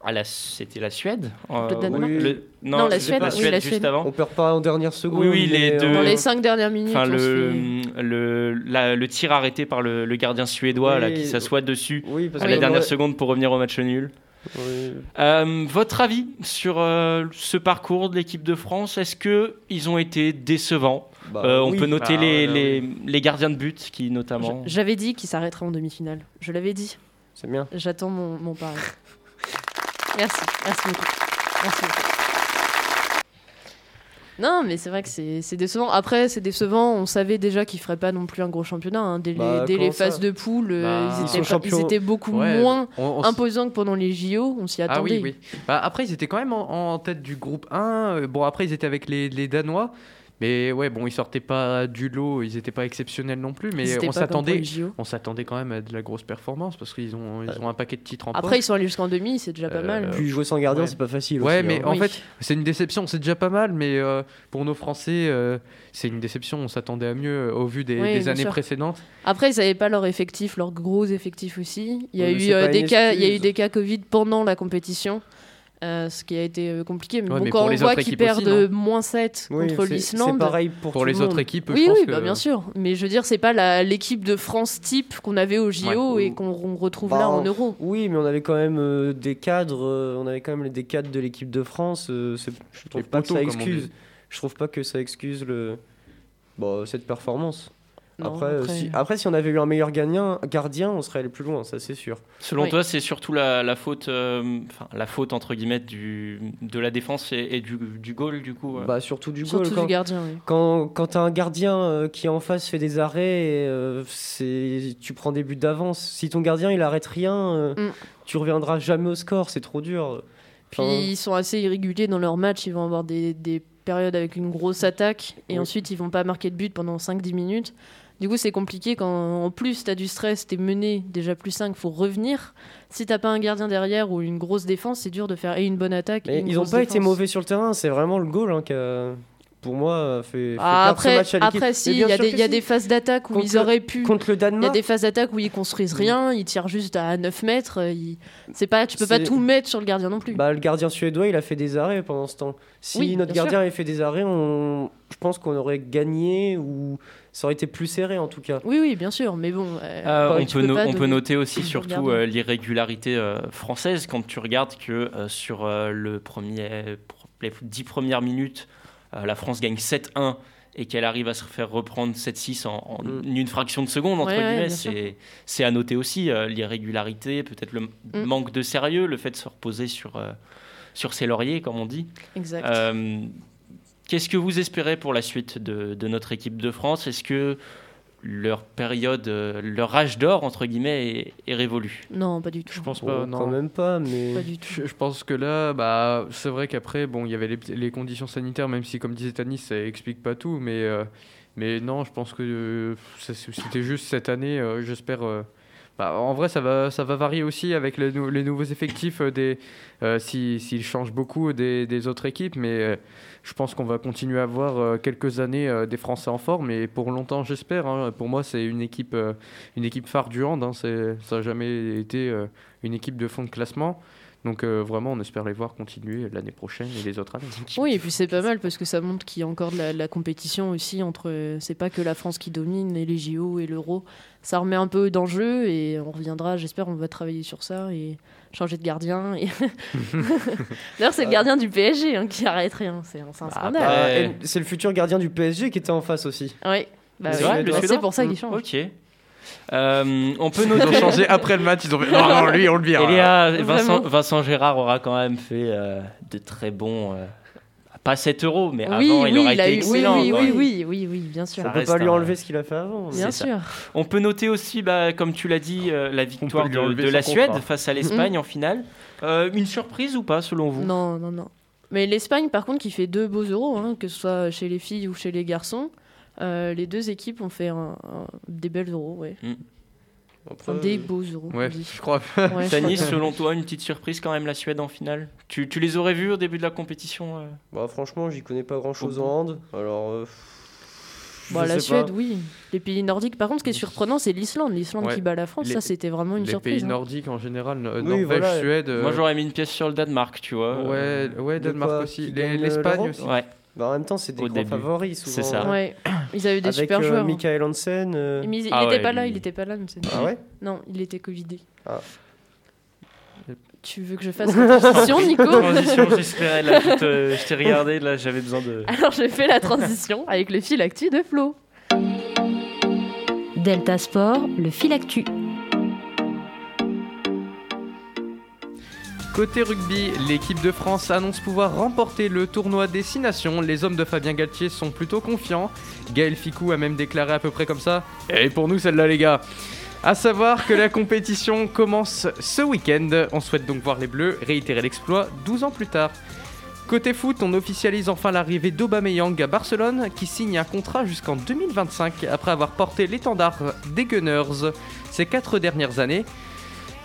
Speaker 4: à la, c'était la Suède euh,
Speaker 10: Le Danemark
Speaker 4: oui, le- non,
Speaker 10: Non, la
Speaker 4: c'était
Speaker 10: Suède,
Speaker 4: pas
Speaker 10: oui, la
Speaker 4: juste
Speaker 10: Suède.
Speaker 9: Hein
Speaker 4: avant.
Speaker 8: On perd pas en dernière seconde.
Speaker 4: Oui, oui, les
Speaker 8: mais,
Speaker 4: deux.
Speaker 8: euh,
Speaker 10: Dans les cinq dernières minutes,
Speaker 4: Enfin,
Speaker 10: on
Speaker 4: le,
Speaker 10: se fait-
Speaker 4: le, la- le tir arrêté par le, le gardien suédois là,
Speaker 8: Oui.
Speaker 4: qui s'assoit dessus
Speaker 8: Oui, parce
Speaker 4: à
Speaker 9: Ah,
Speaker 8: que-
Speaker 4: la
Speaker 8: Oui.
Speaker 4: dernière seconde pour revenir au match nul. Euh, votre avis sur euh, ce parcours de l'équipe de France Est-ce que ils ont été décevants
Speaker 8: Bah,
Speaker 4: Euh, On
Speaker 8: oui.
Speaker 4: peut noter
Speaker 8: Ah,
Speaker 4: les,
Speaker 8: ouais,
Speaker 4: les, les gardiens de but qui notamment.
Speaker 10: J'avais dit qu'il s'arrêterait en demi-finale. Je l'avais dit.
Speaker 8: C'est bien.
Speaker 10: J'attends mon, mon pari. merci, merci beaucoup. Merci beaucoup. Non, mais c'est vrai que c'est c'est décevant. Après, c'est décevant. On savait déjà qu'ils feraient pas non plus un gros championnat. hein. Dès les,
Speaker 9: Bah,
Speaker 10: dès les
Speaker 9: comment ça
Speaker 10: phases de poule, euh,
Speaker 9: Bah,
Speaker 10: ils,
Speaker 9: ils
Speaker 10: étaient
Speaker 9: sont
Speaker 10: pas- ils
Speaker 9: champions.
Speaker 10: étaient beaucoup
Speaker 9: Ouais,
Speaker 10: moins
Speaker 9: on- on s-
Speaker 10: imposants que pendant les JO. On s'y attendait.
Speaker 9: Ah oui, oui. Bah, après, ils étaient quand même en, en tête du groupe 1. Euh, Bon, après, ils étaient avec les, les Danois. Mais ouais, bon, ils sortaient pas du lot, ils étaient pas exceptionnels non plus,
Speaker 10: Ils
Speaker 9: mais
Speaker 10: étaient
Speaker 9: on
Speaker 10: pas comme pour
Speaker 9: s'attendait,
Speaker 10: les JO.
Speaker 9: on s'attendait quand même à de la grosse performance parce qu'ils ont, ils ont un paquet de titres en
Speaker 10: Après,
Speaker 9: poche.
Speaker 10: ils sont allés jusqu'en demi. C'est déjà pas mal.
Speaker 8: Puis jouer sans gardien, c'est pas facile.
Speaker 9: Euh, Ouais,
Speaker 8: aussi,
Speaker 9: mais
Speaker 8: hein.
Speaker 9: en fait, c'est une déception. C'est déjà pas mal, mais euh, pour nos Français, euh, c'est une déception. On s'attendait à mieux euh, au vu des,
Speaker 10: Oui,
Speaker 9: des
Speaker 10: bien
Speaker 9: années
Speaker 10: sûr.
Speaker 9: précédentes.
Speaker 10: Après, ils n'avaient pas leur effectif, leur gros effectif aussi. Il y a
Speaker 9: Ouais, mais
Speaker 10: eu
Speaker 9: c'est
Speaker 10: euh,
Speaker 9: pas
Speaker 10: des
Speaker 9: une
Speaker 10: cas, il y a eu
Speaker 9: excuse.
Speaker 10: des cas Covid pendant la compétition. euh, ce qui a été euh, compliqué. Mais,
Speaker 9: Ouais,
Speaker 10: bon,
Speaker 9: mais
Speaker 10: quand
Speaker 9: pour
Speaker 10: on
Speaker 9: les
Speaker 10: voit
Speaker 9: autres
Speaker 10: qu'ils
Speaker 9: équipes aussi,
Speaker 10: perdent
Speaker 9: non
Speaker 10: euh, moins 7
Speaker 9: Oui,
Speaker 10: contre
Speaker 9: c'est-
Speaker 10: l'Islande.
Speaker 9: c'est pareil pour Pour tout le les monde. autres équipes, je
Speaker 10: Oui,
Speaker 9: pense
Speaker 10: oui,
Speaker 9: que-
Speaker 10: bah, bien sûr. Mais je veux dire, c'est pas la- l'équipe de France type qu'on avait au JO et qu'on on retrouve
Speaker 8: Bah,
Speaker 10: là en
Speaker 8: on-
Speaker 10: Euro.
Speaker 8: Oui, mais on avait quand même euh, des cadres. euh, on avait quand même des cadres de l'équipe de France. euh, c'est- je trouve pas
Speaker 9: poteaux,
Speaker 8: que ça
Speaker 9: comme on
Speaker 8: excuse.
Speaker 9: dit.
Speaker 8: Je trouve pas que ça excuse le, bah, cette performance.
Speaker 4: Non,
Speaker 8: après, euh,
Speaker 4: après-
Speaker 8: Si, après, si on avait eu un meilleur gagnant, gardien, on serait allé plus loin, ça c'est sûr.
Speaker 4: Selon toi, c'est surtout la, la faute, euh, enfin la faute entre guillemets du, de la défense et, et du, du goal du coup. euh.
Speaker 8: Bah surtout du
Speaker 10: Surtout
Speaker 8: goal.
Speaker 10: du
Speaker 8: Quand,
Speaker 10: gardien, oui.
Speaker 8: quand, quand t'as un gardien euh, qui est en face fait des arrêts, euh, c'est tu prends des buts d'avance. Si ton gardien il arrête rien, euh,
Speaker 10: Mm.
Speaker 8: tu reviendras jamais au score. C'est trop dur.
Speaker 10: Puis
Speaker 8: Enfin,
Speaker 10: ils sont assez irréguliers dans leur match. Ils vont avoir des, des périodes avec une grosse attaque et
Speaker 8: Oui.
Speaker 10: ensuite ils vont pas marquer de but pendant 5-10 minutes. Du coup, c'est compliqué quand en plus t'as du stress, t'es mené déjà plus 5, faut revenir. Si t'as pas un gardien derrière ou une grosse défense, c'est dur de faire et une bonne attaque. et
Speaker 8: mais
Speaker 10: une
Speaker 8: ils ont
Speaker 10: grosse
Speaker 8: pas été
Speaker 10: défense.
Speaker 8: mauvais sur le terrain. C'est vraiment le goal hein, qui a- pour moi, fait, fait
Speaker 10: Ah,
Speaker 8: perdre ce
Speaker 10: après,
Speaker 8: match à l'équipe.
Speaker 10: après,
Speaker 8: Mais
Speaker 10: si, il y,
Speaker 8: bien
Speaker 10: a
Speaker 8: sûr
Speaker 10: des-
Speaker 8: que
Speaker 10: il y a
Speaker 8: si.
Speaker 10: des phases d'attaque où
Speaker 8: Contre
Speaker 10: ils
Speaker 8: le-
Speaker 10: auraient pu.
Speaker 8: Contre le
Speaker 10: Il y a
Speaker 8: Danemark.
Speaker 10: des phases d'attaque où ils construisent rien, ils tirent juste à 9 mètres. euh, ils- C'est pas, tu peux pas
Speaker 8: C'est-
Speaker 10: tout mettre sur le gardien non plus.
Speaker 8: Bah, le gardien suédois, il a fait des arrêts pendant ce temps. Si
Speaker 10: Oui,
Speaker 8: notre
Speaker 10: bien
Speaker 8: gardien
Speaker 10: sûr.
Speaker 8: avait fait des arrêts, on... je pense qu'on aurait gagné ou ça aurait été plus serré en tout cas.
Speaker 10: Oui, oui, bien sûr, mais bon. euh,
Speaker 4: Euh, on,
Speaker 10: tu
Speaker 4: peut
Speaker 10: peux
Speaker 4: no-
Speaker 10: pas
Speaker 4: on peut
Speaker 10: donner-
Speaker 4: noter aussi
Speaker 10: pour
Speaker 4: surtout
Speaker 10: garder.
Speaker 4: euh, l'irrégularité euh, française quand tu regardes que euh, sur euh, le premier, pr- les dix premières minutes, euh, la France gagne 7-1 et qu'elle arrive à se faire reprendre 7-6 en, en une fraction de seconde, entre
Speaker 10: Mm. Ouais, ouais,
Speaker 4: guillemets.
Speaker 10: bien sûr.
Speaker 4: C'est- C'est à noter aussi euh, l'irrégularité, peut-être le m-
Speaker 10: Mm.
Speaker 4: manque de sérieux, le fait de se reposer sur, euh, sur ses lauriers, comme on dit.
Speaker 10: Exact.
Speaker 4: Euh, Qu'est-ce que vous espérez pour la suite de, de notre équipe de France Est-ce que leur période, euh, leur âge d'or, entre guillemets, est, est révolue
Speaker 10: Non, pas du tout.
Speaker 9: Je pense
Speaker 8: Oh,
Speaker 9: pas,
Speaker 8: quand
Speaker 9: non.
Speaker 8: même pas, mais- Pas du
Speaker 9: Je, je pense que là, bah, c'est vrai qu'après, bon, il y avait les, les conditions sanitaires, même si, comme disait Tanis, ça explique pas tout, mais, euh, mais non, je pense que euh, ça, c'était juste cette année, euh, j'espère. euh, bah, en vrai, ça va, ça va varier aussi avec les, nou- les nouveaux effectifs, euh, des, euh, si- s'ils changent beaucoup des, des autres équipes, mais euh, je pense qu'on va continuer à voir euh, quelques années euh, des Français en forme, et pour longtemps, j'espère. hein. Pour moi, c'est une, équipe, euh, une équipe phare du hand, hein. C'est- ça n'a jamais été euh, une équipe de fond de classement. Donc euh, vraiment, on espère les voir continuer l'année prochaine et les autres années.
Speaker 10: Oui, et puis c'est pas mal parce que ça montre qu'il y a encore de la, de la compétition aussi entre. euh, C'est pas que la France qui domine et les JO et l'Euro. Ça remet un peu d'enjeu et on reviendra. J'espère on va travailler sur ça et changer de gardien. Et... D'ailleurs, c'est le gardien du PSG hein, qui arrête rien. C'est un, c'est un
Speaker 8: Ah,
Speaker 10: scandale.
Speaker 8: bah, et C'est le futur gardien du PSG qui était en face aussi.
Speaker 10: Oui. Bah
Speaker 8: C'est
Speaker 10: oui.
Speaker 8: vrai,
Speaker 10: Bah,
Speaker 8: le
Speaker 10: c'est
Speaker 8: Suédois
Speaker 10: pour ça qu'il change.
Speaker 4: Ok. Euh, on peut
Speaker 9: Ils
Speaker 4: noter.
Speaker 9: ont changé après le match, ils ont fait, Non, non, lui, on le vire.
Speaker 4: Et Léa,
Speaker 10: Euh,
Speaker 9: Vraiment.
Speaker 4: Vincent, Vincent Gérard aura quand même fait euh, de très bons. euh, pas 7 euros, mais
Speaker 10: oui,
Speaker 4: avant,
Speaker 10: oui,
Speaker 4: il aura été
Speaker 10: a eu- oui,
Speaker 4: excellent.
Speaker 10: oui,
Speaker 4: quoi.
Speaker 10: oui, oui, oui, oui, bien sûr.
Speaker 4: Ça On peut reste pas lui un- enlever
Speaker 8: ce qu'il a fait avant.
Speaker 10: Bien
Speaker 4: C'est
Speaker 10: sûr.
Speaker 4: ça. On peut noter aussi, bah, comme tu l'as dit, euh, la victoire
Speaker 9: lui
Speaker 4: de,
Speaker 9: enlever
Speaker 4: de la
Speaker 9: son
Speaker 4: Suède
Speaker 9: contrat.
Speaker 4: face à l'Espagne
Speaker 10: Mhm.
Speaker 4: en finale. Euh, une surprise ou pas, selon vous
Speaker 10: Non, non, non. Mais l'Espagne, par contre, qui fait deux beaux euros, hein, que ce soit chez les filles ou chez les garçons, euh, les deux équipes ont fait un- un- des belles euros, ouais.
Speaker 4: Hmm.
Speaker 10: Enfin, des beaux euros.
Speaker 9: Ouais,
Speaker 10: on dit.
Speaker 9: je crois.
Speaker 10: Ouais, je
Speaker 4: Tanis,
Speaker 10: crois.
Speaker 4: selon toi, une petite surprise quand même, la Suède en finale tu, tu les aurais vus au début de la compétition euh
Speaker 8: Bah, franchement, j'y connais pas grand chose en hand. Alors. euh, je
Speaker 10: Bon, la
Speaker 8: sais pas.
Speaker 10: Suède, oui. Les pays nordiques, par contre, ce qui est surprenant, c'est l'Islande. L'Islande
Speaker 9: Ouais.
Speaker 10: qui bat la France,
Speaker 9: Les-
Speaker 10: ça, c'était vraiment une
Speaker 9: les
Speaker 10: surprise.
Speaker 9: pays
Speaker 10: hein.
Speaker 9: nordiques en général, euh,
Speaker 4: Oui,
Speaker 9: Norvège,
Speaker 4: voilà.
Speaker 9: Suède.
Speaker 4: Moi, j'aurais mis une pièce sur le Danemark, tu vois. euh,
Speaker 9: Ouais, ouais,
Speaker 8: Euh, De
Speaker 9: Danemark
Speaker 8: quoi
Speaker 9: aussi.
Speaker 8: Qui
Speaker 9: Les-
Speaker 8: gagne, euh,
Speaker 9: L'Espagne
Speaker 8: l'Europe
Speaker 9: aussi.
Speaker 4: Ouais.
Speaker 8: Bah, en même temps, c'est des
Speaker 4: Au
Speaker 8: grands
Speaker 4: début.
Speaker 8: favoris souvent.
Speaker 4: C'est
Speaker 8: hein.
Speaker 4: ça.
Speaker 10: Ouais. Ils avaient des
Speaker 8: Ah. Avec,
Speaker 10: super
Speaker 8: euh,
Speaker 10: joueurs. hein.
Speaker 8: Michael Hansen. euh,
Speaker 10: Mais il il
Speaker 4: Ah
Speaker 10: était
Speaker 4: ouais,
Speaker 10: pas là,
Speaker 4: lui.
Speaker 10: il était pas là. nous, cette
Speaker 8: Ah
Speaker 10: année.
Speaker 8: ouais
Speaker 10: Non, il était Covidé.
Speaker 8: Ah.
Speaker 10: Tu veux que je fasse la transition, Nico
Speaker 4: Transition, j'espérais, là, je te- je t'ai regardé, là, j'avais besoin de...
Speaker 10: Alors, j'ai fait la transition avec le fil actu de Flo.
Speaker 3: Delta Sport, le fil actu.
Speaker 9: Côté rugby, l'équipe de France annonce pouvoir remporter le tournoi Destination. Les hommes de Fabien Galtier sont plutôt confiants. Gaël Ficou a même déclaré à peu près comme ça Et pour nous, celle-là, les gars À savoir que la compétition commence ce week-end. On souhaite donc voir les Bleus réitérer l'exploit 12 ans plus tard. Côté foot, on officialise enfin l'arrivée d'Aubameyang à Barcelone qui signe un contrat jusqu'en 2025 après avoir porté l'étendard des Gunners ces quatre dernières années.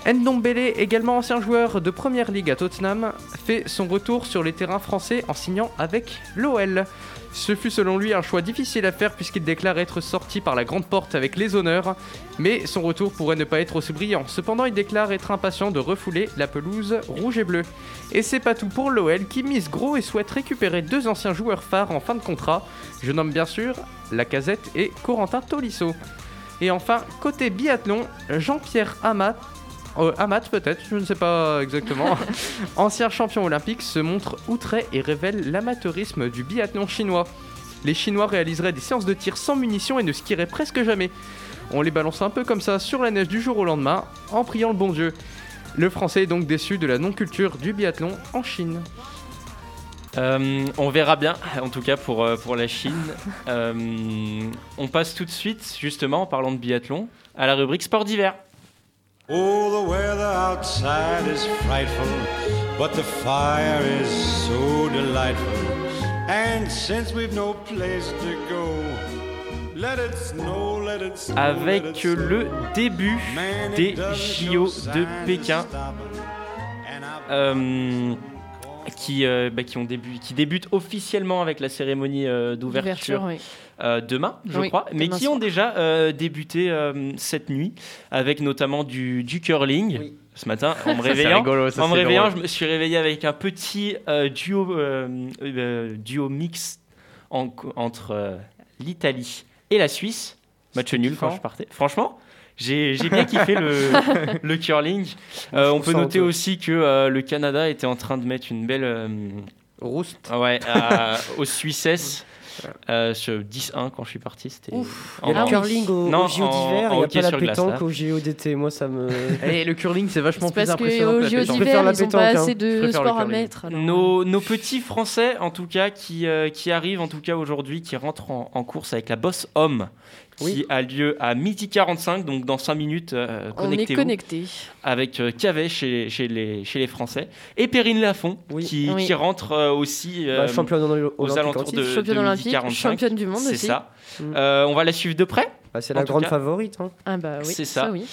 Speaker 9: Ndombele, également ancien joueur de Première Ligue à Tottenham, fait son retour sur les terrains français en signant avec l'OL. Ce fut selon lui un choix difficile à faire puisqu'il déclare être sorti par la grande porte avec les honneurs, mais son retour pourrait ne pas être aussi brillant. Cependant, il déclare être impatient de refouler la pelouse rouge et bleue. Et c'est pas tout pour l'OL qui mise gros et souhaite récupérer deux anciens joueurs phares en fin de contrat. Je nomme bien sûr Lacazette et Corentin Tolisso. Et enfin, côté biathlon, Jean-Pierre Amat, euh, Amat peut-être, je ne sais pas exactement, ancien champion olympique, se montre outré et révèle l'amateurisme du biathlon chinois. Les Chinois réaliseraient des séances de tir sans munitions et ne skieraient presque jamais. On les balance un peu comme ça sur la neige du jour au lendemain, en priant le bon Dieu. Le français est donc déçu de la non-culture du biathlon en Chine.
Speaker 4: Euh, on verra bien, en tout cas pour, euh, pour la Chine. Euh, on passe tout de suite, justement, en parlant de biathlon, à la rubrique sport d'hiver.
Speaker 12: Oh, the weather outside is frightful, but the fire is so delightful. And since we've no place to go, let it snow, let it snow. let it
Speaker 4: Avec
Speaker 12: snow.
Speaker 4: le début des JO de Pékin. Euh, qui, euh, bah, qui, ont début, qui débutent officiellement avec la cérémonie euh, d'ouverture
Speaker 10: D'ouverture, oui.
Speaker 4: euh, demain, je
Speaker 10: Oui,
Speaker 4: crois, mais
Speaker 10: demain
Speaker 4: qui
Speaker 10: soir.
Speaker 4: ont déjà euh, débuté euh, cette nuit avec notamment du, du curling. Ce matin, en me
Speaker 9: Ça, c'est
Speaker 4: réveillant,
Speaker 9: rigolo, ça,
Speaker 4: en me
Speaker 9: c'est
Speaker 4: réveillant
Speaker 9: drôle.
Speaker 4: je me suis réveillé avec un petit euh, duo, euh, euh, duo mix en- entre euh, l'Italie et la Suisse. Match nul quand
Speaker 9: kiffant.
Speaker 4: je partais. Franchement, j'ai j'ai bien kiffé le, le curling. Euh, on
Speaker 9: trouve
Speaker 4: peut
Speaker 9: ça
Speaker 4: noter
Speaker 9: honteux.
Speaker 4: aussi que euh, le Canada était en train de mettre une belle rouste ouais, à- aux Suissesses. Euh, sur 10-1 quand je suis parti, c'était.
Speaker 8: Il y a
Speaker 4: en-
Speaker 8: le curling au,
Speaker 4: Non,
Speaker 8: au JO
Speaker 4: en-
Speaker 8: d'hiver,
Speaker 4: en
Speaker 8: il n'y a
Speaker 4: hockey
Speaker 8: pas la
Speaker 4: sur glace, là.
Speaker 8: pétanque au JO d'été. Moi, ça me.
Speaker 9: Et Eh, le curling, c'est vachement
Speaker 10: C'est plus parce que impressionnant au que la JO pétanque. d'hiver,
Speaker 8: Je préfère la
Speaker 10: ils ont pas
Speaker 8: pétanque, hein.
Speaker 10: assez de
Speaker 8: Je préfère le
Speaker 10: sport à
Speaker 8: curling.
Speaker 10: mettre. alors.
Speaker 4: Nos, nos petits Français, en tout cas, qui, euh, qui arrivent en tout cas aujourd'hui, qui rentrent en, en course avec la bosse homme, qui a lieu à midi 45, donc dans 5 minutes, euh,
Speaker 10: On est
Speaker 4: connectez-vous,
Speaker 10: connectés.
Speaker 4: Avec euh, Cavet chez, chez les, chez les Français. Et Perrine Lafont, qui,
Speaker 10: Oui.
Speaker 4: qui rentre euh, aussi
Speaker 8: Bah, championne olympique
Speaker 4: aux alentours
Speaker 8: aussi.
Speaker 4: de,
Speaker 10: Championne
Speaker 4: de midi
Speaker 10: olympique,
Speaker 4: 45.
Speaker 10: championne du monde
Speaker 4: C'est
Speaker 10: aussi.
Speaker 4: ça.
Speaker 10: Mm.
Speaker 4: Euh, on va la suivre de près.
Speaker 8: c'est
Speaker 4: en
Speaker 8: la
Speaker 4: tout
Speaker 8: grande
Speaker 4: cas.
Speaker 8: favorite. hein.
Speaker 10: Ah bah oui,
Speaker 4: C'est ça.
Speaker 10: oui.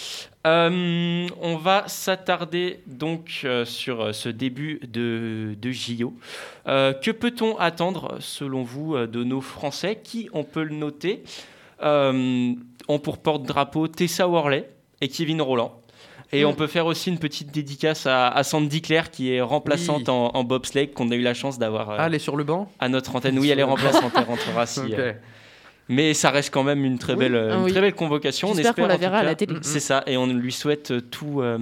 Speaker 4: Euh, on va s'attarder donc euh, sur euh, ce début de, de JO. Euh, que peut-on attendre, selon vous, euh, de nos Français qui, on peut le noter, euh, ont pour porte-drapeau Tessa Worley et Kevin Roland et
Speaker 9: Mm.
Speaker 4: on peut faire aussi une petite dédicace à, à Sandy Claire qui est remplaçante
Speaker 9: Oui.
Speaker 4: en, en bobsleigh qu'on a eu la chance d'avoir euh,
Speaker 9: Ah, elle est sur le banc
Speaker 4: à notre antenne. Oui, elle est
Speaker 9: Sur le banc.
Speaker 4: remplaçante, elle rentrera si,
Speaker 9: Ok.
Speaker 4: euh, mais ça reste quand même une très
Speaker 9: Oui.
Speaker 4: belle, euh,
Speaker 9: Ah
Speaker 4: une
Speaker 9: oui.
Speaker 4: très belle convocation. On
Speaker 9: J'espère qu'on la
Speaker 4: en tout
Speaker 9: verra à
Speaker 4: cas.
Speaker 9: la télé. Mm, mm.
Speaker 4: C'est ça, et on lui souhaite euh, tout, euh,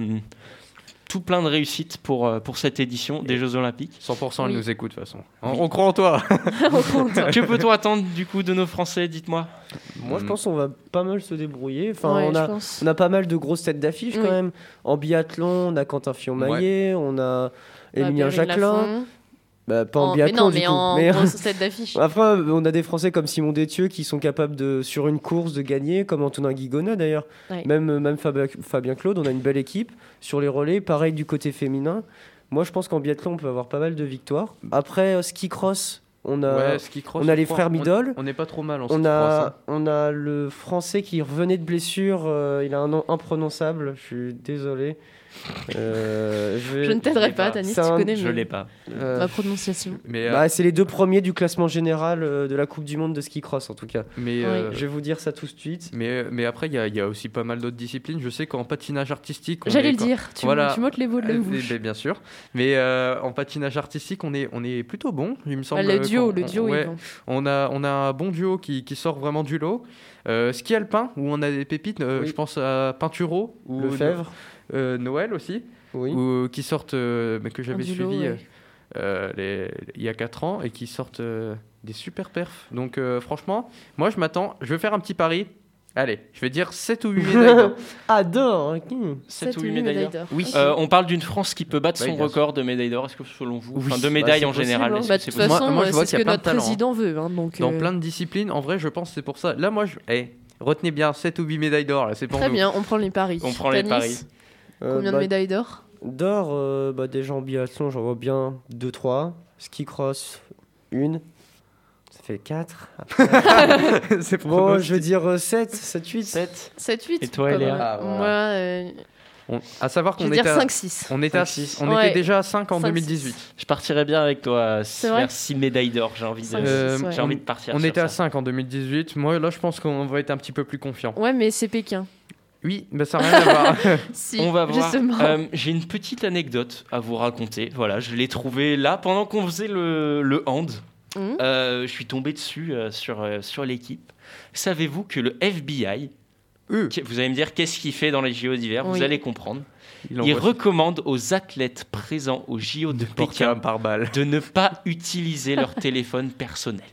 Speaker 4: tout plein de réussite pour, euh, pour cette édition des Jeux Olympiques.
Speaker 9: 100% elle
Speaker 4: Oui.
Speaker 9: nous écoute de toute façon. On,
Speaker 4: Oui.
Speaker 9: on croit en toi.
Speaker 4: que peut-on attendre du coup de nos Français Dites-moi.
Speaker 8: Moi,
Speaker 9: Hmm.
Speaker 4: Mm.
Speaker 8: je pense qu'on va pas mal se débrouiller. Enfin,
Speaker 4: Ouais,
Speaker 8: on,
Speaker 4: je
Speaker 8: a,
Speaker 4: pense.
Speaker 8: on a pas mal de grosses têtes d'affiche
Speaker 4: Oui.
Speaker 8: quand même. En biathlon, on a Quentin Fillon-Maillet, on a Emilien
Speaker 10: Perrine
Speaker 8: Jacquelin.
Speaker 10: Ah, Lafont.
Speaker 8: Bah, pas en,
Speaker 10: En- mais
Speaker 8: biathlon,
Speaker 10: non,
Speaker 8: du
Speaker 10: mais
Speaker 8: coup.
Speaker 10: en grosse tête d'affiche.
Speaker 8: Après, on a des Français comme Simon Détieux qui sont capables, de, sur une course, de gagner, comme Antonin Guigona d'ailleurs.
Speaker 10: Ouais.
Speaker 8: Même, même Fabien, Fabien Claude, on a une belle équipe. Sur les relais, pareil du côté féminin. Moi, je pense qu'en biathlon, on peut avoir pas mal de victoires. Après, euh, ski cross, on a,
Speaker 9: Ouais, ski cross,
Speaker 8: Euh, on a
Speaker 9: je
Speaker 8: les
Speaker 9: crois.
Speaker 8: frères
Speaker 9: On-
Speaker 8: Midol.
Speaker 9: on n'est pas trop mal en
Speaker 8: on
Speaker 9: ski
Speaker 8: a,
Speaker 9: cross, hein.
Speaker 8: On a le Français qui revenait de blessure. euh, il a un nom imprononçable. Je suis désolé. Euh, vais-
Speaker 10: Je ne t'aiderai pas, Tanis,
Speaker 8: C'est
Speaker 10: tu
Speaker 8: un-
Speaker 10: connais mieux.
Speaker 8: Euh,
Speaker 10: Ma prononciation.
Speaker 9: euh,
Speaker 8: bah, c'est les deux premiers du classement général euh, de la Coupe du Monde de ski cross en tout cas.
Speaker 9: Mais, Oui. euh,
Speaker 8: je vais vous dire ça tout de suite.
Speaker 9: Mais, euh, mais après, il y, a- il y a aussi pas mal d'autres disciplines. Je sais qu'en patinage artistique. on
Speaker 10: J'allais
Speaker 9: est
Speaker 10: le
Speaker 9: quand-
Speaker 10: dire, tu- tu m'ôtes les mots de la
Speaker 9: Euh,
Speaker 10: bouche.
Speaker 9: mais Bien sûr. Mais euh, en patinage artistique, on est, on est plutôt bon, il me semble.
Speaker 10: Ah, le duo,
Speaker 9: qu'on-
Speaker 10: le
Speaker 9: on-
Speaker 10: duo est
Speaker 9: ouais.
Speaker 10: bon.
Speaker 9: on, a, on a un bon duo qui, qui sort vraiment du lot. Euh, ski alpin, où on a des pépites, euh, je pense à Pinturo. Ou
Speaker 8: Lefebvre.
Speaker 9: euh, Noël aussi. Ou, qui sortent, euh, mais que j'avais
Speaker 10: du lot,
Speaker 9: suivi
Speaker 10: ouais.
Speaker 9: euh, euh, les- il y a 4 ans et qui sortent euh, des super perfs. Donc euh, franchement, moi je m'attends, je vais faire un petit pari. Allez, je vais dire 7 ou 8 médailles. d'or.
Speaker 8: Ah, Adore.
Speaker 4: Sept ou huit médailles d'or.
Speaker 9: Oui.
Speaker 10: Ah,
Speaker 4: Euh, on parle d'une France qui peut battre
Speaker 9: Oui,
Speaker 4: son
Speaker 9: bien
Speaker 4: record de médailles d'or. Est-ce que selon vous,
Speaker 9: Oui.
Speaker 4: enfin, de
Speaker 9: Bah,
Speaker 4: médailles
Speaker 9: c'est
Speaker 4: en
Speaker 9: possible,
Speaker 4: général,
Speaker 9: hein.
Speaker 4: est-ce
Speaker 10: Bah,
Speaker 4: que
Speaker 10: de
Speaker 4: c'est
Speaker 10: toute
Speaker 4: possible
Speaker 10: façon, euh,
Speaker 9: vois
Speaker 10: c'est
Speaker 9: qu'il y
Speaker 10: ce
Speaker 9: a
Speaker 10: que
Speaker 9: plein de
Speaker 10: notre
Speaker 9: talents, hein.
Speaker 10: président veut. hein, donc,
Speaker 9: Dans
Speaker 10: euh,
Speaker 9: plein de disciplines, en vrai, je pense que c'est pour ça. Là, moi, je... eh, retenez bien 7 ou 8 médailles d'or, là, c'est pour
Speaker 10: Très
Speaker 9: nous.
Speaker 10: bien, on prend les paris.
Speaker 9: On prend les
Speaker 10: Tanis,
Speaker 9: paris.
Speaker 8: Euh,
Speaker 10: Combien de
Speaker 8: bah,
Speaker 10: médailles d'or
Speaker 8: D'or, euh, bah, déjà en biathlon, j'en vois bien 2-3. Ski cross, une. Ça fait 4.
Speaker 9: C'est
Speaker 8: Bon, je veux dire euh, 7, 7, 8.
Speaker 4: 7.
Speaker 10: 7-8
Speaker 9: Et toi, Léa Ah, voilà.
Speaker 10: Moi, euh,
Speaker 9: On- À savoir
Speaker 10: Je
Speaker 9: qu'on
Speaker 10: veux
Speaker 9: était,
Speaker 10: dire
Speaker 9: à-
Speaker 10: 5-6.
Speaker 9: on était, à-
Speaker 10: 5-6.
Speaker 9: on
Speaker 10: Ouais.
Speaker 9: était déjà à 5 en
Speaker 10: 5-6.
Speaker 9: 2018.
Speaker 4: Je partirais bien avec toi.
Speaker 10: C'est vrai
Speaker 4: Vers 6 médailles d'or, j'ai envie, de,
Speaker 9: Euh,
Speaker 4: j'ai
Speaker 9: on-
Speaker 4: envie de partir.
Speaker 9: On
Speaker 4: sur
Speaker 9: était à
Speaker 4: ça.
Speaker 9: 5 en 2018. Moi, là, je pense qu'on va être un petit peu plus confiant.
Speaker 10: Ouais, mais c'est Pékin.
Speaker 9: Oui, mais ça n'a rien à voir.
Speaker 10: Si,
Speaker 4: On va voir.
Speaker 10: justement.
Speaker 4: Euh, J'ai une petite anecdote à vous raconter. Voilà, je l'ai trouvée là pendant qu'on faisait le, le hand.
Speaker 10: Mhm.
Speaker 4: Euh, je suis tombé dessus euh, sur, euh, sur l'équipe. Savez-vous que le FBI, qui- vous allez me dire qu'est-ce qu'il fait dans les JO d'hiver,
Speaker 9: Oui.
Speaker 4: vous allez comprendre.
Speaker 9: Il
Speaker 4: Il,
Speaker 9: envoie-
Speaker 4: recommande aux athlètes présents aux JO de Pékin de ne pas utiliser leur téléphone personnel.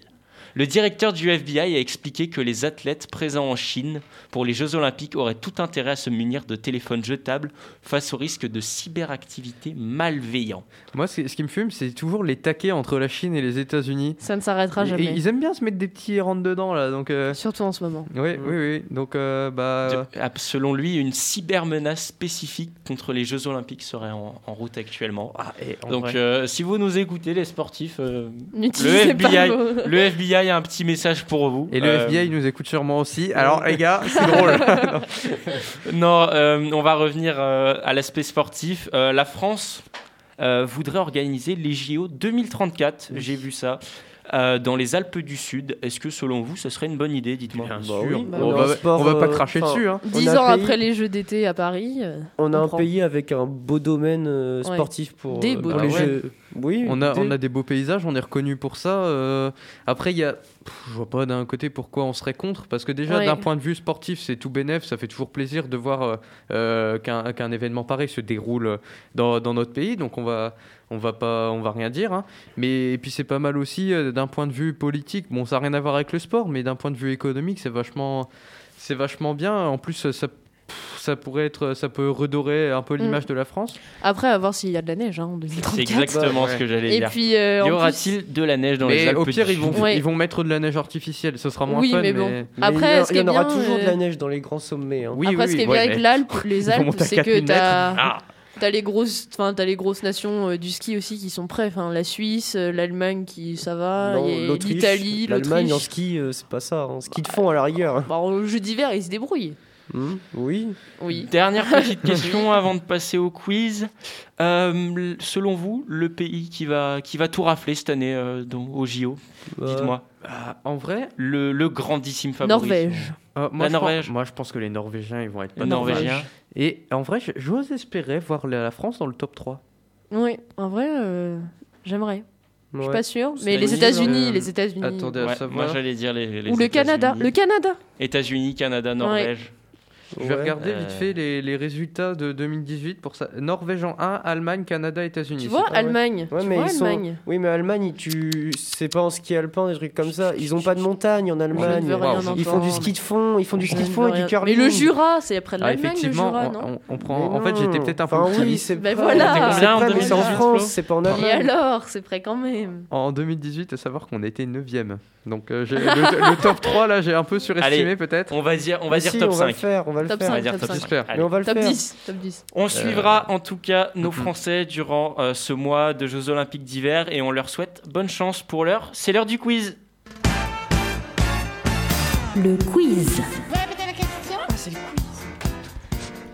Speaker 4: Le directeur du FBI a expliqué que les athlètes présents en Chine pour les Jeux Olympiques auraient tout intérêt à se munir de téléphones jetables face au risque de cyberactivité malveillant.
Speaker 9: Moi, ce ce qui me fume, c'est toujours les taquets entre la Chine et les États-Unis.
Speaker 10: Ça ne s'arrêtera
Speaker 9: Et- et
Speaker 10: jamais.
Speaker 9: Ils aiment bien se mettre des petits rentres dedans, là. Donc, euh,
Speaker 10: Surtout en ce moment.
Speaker 9: Oui, oui, oui. Donc, euh, bah.
Speaker 4: De- ah, selon lui, une cybermenace spécifique contre les Jeux Olympiques serait en, en route actuellement.
Speaker 9: ah, en
Speaker 4: Donc,
Speaker 9: vrai.
Speaker 4: euh, si vous nous écoutez, les sportifs, euh, le,
Speaker 9: N'utilisez pas
Speaker 4: FBI,
Speaker 9: vos-
Speaker 4: le FBI a un petit message pour vous.
Speaker 9: Et le
Speaker 4: Euh,
Speaker 9: FBI, il nous écoute sûrement aussi. Alors, les gars, c'est drôle.
Speaker 4: non, euh, on va revenir euh, à l'aspect sportif. Euh, la Euh, France euh, voudrait organiser les JO 2034. J'ai vu ça. euh, dans les Alpes du Sud, est-ce que selon vous, ce serait une bonne idée Dites-moi.
Speaker 9: oui, bah On oui. va- on va pas cracher
Speaker 8: enfin, dessus, hein. On
Speaker 10: Dix
Speaker 8: a
Speaker 10: ans
Speaker 8: un pays-
Speaker 10: après les Jeux d'été à Paris. euh,
Speaker 8: On a un
Speaker 10: prend.
Speaker 8: pays avec un beau domaine euh,
Speaker 10: Ouais.
Speaker 8: sportif pour,
Speaker 10: Des
Speaker 8: euh,
Speaker 10: beaux
Speaker 8: pour les
Speaker 10: domaines.
Speaker 8: jeux. Oui,
Speaker 9: on, a,
Speaker 8: des-
Speaker 9: on a des beaux paysages, on est reconnu pour ça. euh, après, il y a. pff, je vois pas d'un côté pourquoi on serait contre, parce que déjà,
Speaker 10: Ouais.
Speaker 9: d'un point de vue sportif, c'est tout bénef, ça fait toujours plaisir de voir euh, euh, qu'un qu'un événement pareil se déroule dans, dans notre pays, donc on va. On va pas, on va rien dire, hein. mais et puis c'est pas mal aussi euh, d'un point de vue politique. Bon, ça n'a rien à voir avec le sport, mais d'un point de vue économique, c'est vachement, c'est vachement bien. En plus, ça, pff, ça pourrait être, ça peut redorer un peu
Speaker 10: Mm.
Speaker 9: l'image de la France.
Speaker 10: Après, à voir s'il y a de la neige hein, en 2034.
Speaker 4: C'est exactement ce que j'allais
Speaker 10: Et
Speaker 4: dire.
Speaker 10: puis, euh, en
Speaker 4: y
Speaker 10: plus-
Speaker 4: aura-t-il de la neige dans
Speaker 9: Mais
Speaker 4: les Alpes
Speaker 9: au pire,
Speaker 4: du
Speaker 9: ils vont,
Speaker 4: Sud
Speaker 10: Ouais.
Speaker 9: ils vont mettre de la neige artificielle, ce sera moins
Speaker 10: Oui,
Speaker 9: fun.
Speaker 10: mais bon. Après,
Speaker 8: il y en a-
Speaker 10: ce qui
Speaker 8: il y
Speaker 10: est
Speaker 8: en aura
Speaker 10: bien,
Speaker 8: toujours de
Speaker 10: euh,
Speaker 8: la neige dans les grands sommets. hein.
Speaker 10: Après, ce qui est bien avec l'Alpe, les Alpes, c'est que t'as
Speaker 9: Ah.
Speaker 10: as les grosses, enfin t'as les grosses nations euh, du ski aussi qui sont prêts. Enfin, la Suisse, euh, l'Allemagne qui ça va,
Speaker 8: Non,
Speaker 10: et
Speaker 8: l'Autriche,
Speaker 10: l'Italie,
Speaker 8: l'Allemagne en
Speaker 10: l'Autriche.
Speaker 8: ski, euh, c'est pas ça. En ski de fond à la rigueur.
Speaker 10: Bah, en jeu d'hiver, ils se débrouillent.
Speaker 8: Hmm, oui.
Speaker 10: Oui.
Speaker 4: Dernière petite question avant de passer au quiz. Euh, l- selon vous, le pays qui va, qui va tout rafler cette année euh, dans- au JO
Speaker 8: bah,
Speaker 9: Bah.
Speaker 4: Dites-moi.
Speaker 9: en vrai
Speaker 4: le, le grandissime favori.
Speaker 9: Euh,
Speaker 4: La
Speaker 9: je
Speaker 4: Norvège.
Speaker 9: pense- moi, je pense que les Norvégiens, ils vont être pas
Speaker 4: Les Norvégiens.
Speaker 9: mal. Et en vrai, je- j'ose espérer voir la la France dans le top 3.
Speaker 10: Oui, en vrai, euh, j'aimerais. Je suis
Speaker 9: Ouais.
Speaker 10: pas sûre,
Speaker 9: C'est
Speaker 10: mais les
Speaker 9: possible, hein.
Speaker 10: États-Unis,
Speaker 9: Euh,
Speaker 10: les États-Unis.
Speaker 9: attendez à
Speaker 4: Ouais,
Speaker 9: savoir.
Speaker 4: moi j'allais dire les, les
Speaker 10: Ou le
Speaker 4: États-Unis.
Speaker 10: Canada, le Canada.
Speaker 4: États-Unis, Canada, Norvège.
Speaker 9: Je vais regarder
Speaker 4: Euh,
Speaker 9: vite fait les, les résultats de 2018 pour ça. Norvège en 1, Allemagne, Canada, États-Unis.
Speaker 10: Tu
Speaker 9: c'est
Speaker 10: vois,
Speaker 9: pas mal.
Speaker 10: Allemagne.
Speaker 8: Ouais,
Speaker 10: tu
Speaker 8: mais
Speaker 10: vois,
Speaker 8: ils sont-
Speaker 10: Allemagne.
Speaker 8: Oui, mais Allemagne, ils- tu... c'est pas en ski alpin, des trucs comme ça. Ils ont pas de montagne en Allemagne.
Speaker 10: veux rien
Speaker 8: Ils font du
Speaker 10: entendre.
Speaker 8: ski de fond, ils font du
Speaker 10: Je
Speaker 8: ski de
Speaker 10: ne
Speaker 8: fond
Speaker 10: veux
Speaker 8: et du
Speaker 10: rien-
Speaker 8: curling.
Speaker 10: Mais le Jura, c'est après
Speaker 9: Ah,
Speaker 10: l'Allemagne, le
Speaker 9: effectivement,
Speaker 10: Jura,
Speaker 9: on-
Speaker 10: non
Speaker 9: on, on prend.
Speaker 8: Mais
Speaker 9: en fait,
Speaker 8: non.
Speaker 9: j'étais peut-être un peu
Speaker 8: Enfin, oui,
Speaker 9: optimiste.
Speaker 8: c'est
Speaker 10: Ben
Speaker 8: pas-
Speaker 10: voilà.
Speaker 8: c'est
Speaker 10: T'es combien
Speaker 8: pas-
Speaker 10: en
Speaker 8: mais c'est en
Speaker 10: 2018,
Speaker 8: France,
Speaker 9: Flo
Speaker 8: c'est pas en
Speaker 10: Et
Speaker 8: Allemagne.
Speaker 10: alors, c'est prêt quand même.
Speaker 9: En 2018, à savoir qu'on était 9ème. Donc euh, j'ai- le, le top 3, là, j'ai un peu
Speaker 4: Allez,
Speaker 9: surestimé peut-être.
Speaker 4: On va dire, on
Speaker 10: Bah
Speaker 4: va
Speaker 9: Mais
Speaker 4: dire
Speaker 9: si,
Speaker 4: top
Speaker 9: on
Speaker 4: 5.
Speaker 9: va le
Speaker 8: faire, on va le
Speaker 10: Top faire.
Speaker 4: On va
Speaker 10: 5,
Speaker 4: dire
Speaker 10: top
Speaker 4: top 5.
Speaker 10: 5.
Speaker 4: Allez.
Speaker 8: Mais on va le
Speaker 10: Top
Speaker 8: faire.
Speaker 10: 10, top 10.
Speaker 9: Euh.
Speaker 4: On suivra en tout cas nos Français durant euh, ce mois de Jeux Olympiques d'hiver et on leur souhaite bonne chance pour l'heure. C'est l'heure du quiz.
Speaker 3: Le quiz.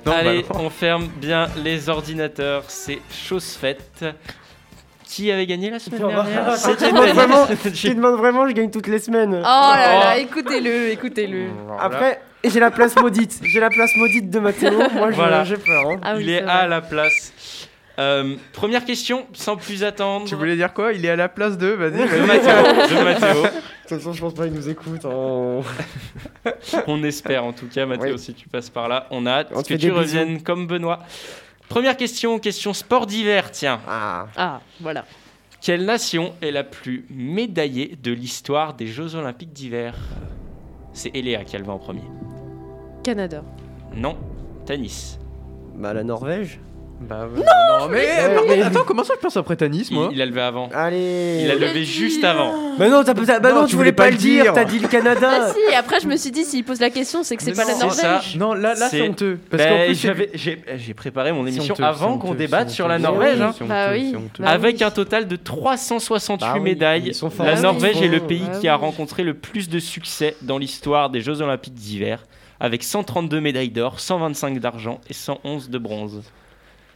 Speaker 9: Non,
Speaker 4: Allez,
Speaker 9: bah
Speaker 4: on ferme bien les ordinateurs, c'est chose faite. Qui avait gagné la semaine
Speaker 9: bah,
Speaker 4: dernière
Speaker 8: Tu
Speaker 4: C'était
Speaker 8: demandes vraiment-
Speaker 4: Daniel.
Speaker 8: tu demandes vraiment, je gagne toutes les semaines.
Speaker 10: Oh là là, écoutez-le, écoutez-le.
Speaker 8: Après, j'ai la place maudite. J'ai la place maudite de Mathéo. Moi, je-
Speaker 4: Voilà.
Speaker 8: j'ai peur. hein.
Speaker 10: Ah
Speaker 4: Il est à la place. Euh, première question, sans plus attendre. Tu
Speaker 9: voulais dire quoi Il est à la place de. Vas-y,
Speaker 4: De Mathéo. de Mathéo.
Speaker 8: De toute façon, je pense pas qu'il nous écoute. hein.
Speaker 4: On espère en tout cas, Mathéo, si tu passes par là. On a hâte
Speaker 8: On te
Speaker 4: que
Speaker 8: fait
Speaker 4: tu
Speaker 8: des bisous.
Speaker 4: reviennes comme Benoît. Première question, question sport d'hiver, tiens.
Speaker 10: Ah, voilà.
Speaker 4: Quelle nation est la plus médaillée de l'histoire des Jeux Olympiques d'hiver C'est Eléa qui a le va en premier.
Speaker 10: Canada.
Speaker 4: Non, Tanis.
Speaker 8: Bah, la Norvège.
Speaker 9: Bah,
Speaker 8: Non,
Speaker 9: mais,
Speaker 8: je-
Speaker 9: mais attends, comment ça je pense après Tanis, moi
Speaker 4: Il, il a levé
Speaker 10: Ah.
Speaker 4: avant.
Speaker 8: Allez.
Speaker 4: Il a levé juste avant.
Speaker 8: Bah non, t'as- t'as- bah non, tu voulais pas le dire. T'as dit le
Speaker 10: Ah
Speaker 8: Canada.
Speaker 10: si, après je me suis dit, s'il pose la question, c'est que c'est
Speaker 9: Mais
Speaker 10: pas la
Speaker 9: non,
Speaker 10: Norvège.
Speaker 9: c'est ça. Non, là, là c'est honteux. Parce
Speaker 4: Bah,
Speaker 9: qu'en plus, c'est-
Speaker 4: j'avais- j'ai j'ai préparé mon
Speaker 9: C'est
Speaker 4: émission
Speaker 9: honteux,
Speaker 4: avant
Speaker 9: c'est
Speaker 4: qu'on
Speaker 9: honteux,
Speaker 4: débatte
Speaker 9: c'est
Speaker 4: sur la
Speaker 9: honteux,
Speaker 4: Norvège.
Speaker 9: c'est
Speaker 4: hein.
Speaker 9: honteux,
Speaker 10: Bah
Speaker 9: c'est
Speaker 10: oui.
Speaker 9: honteux.
Speaker 10: Bah
Speaker 4: Avec un total de 368
Speaker 9: Bah oui,
Speaker 4: médailles,
Speaker 9: ils sont forts.
Speaker 4: la
Speaker 9: Bah oui,
Speaker 4: Norvège
Speaker 9: ils
Speaker 4: est le
Speaker 9: sont-
Speaker 4: pays
Speaker 9: bah
Speaker 4: qui a
Speaker 9: oui.
Speaker 4: rencontré le plus de succès dans l'histoire des Jeux Olympiques d'hiver, avec 132 médailles d'or, 125 d'argent et 111 de bronze.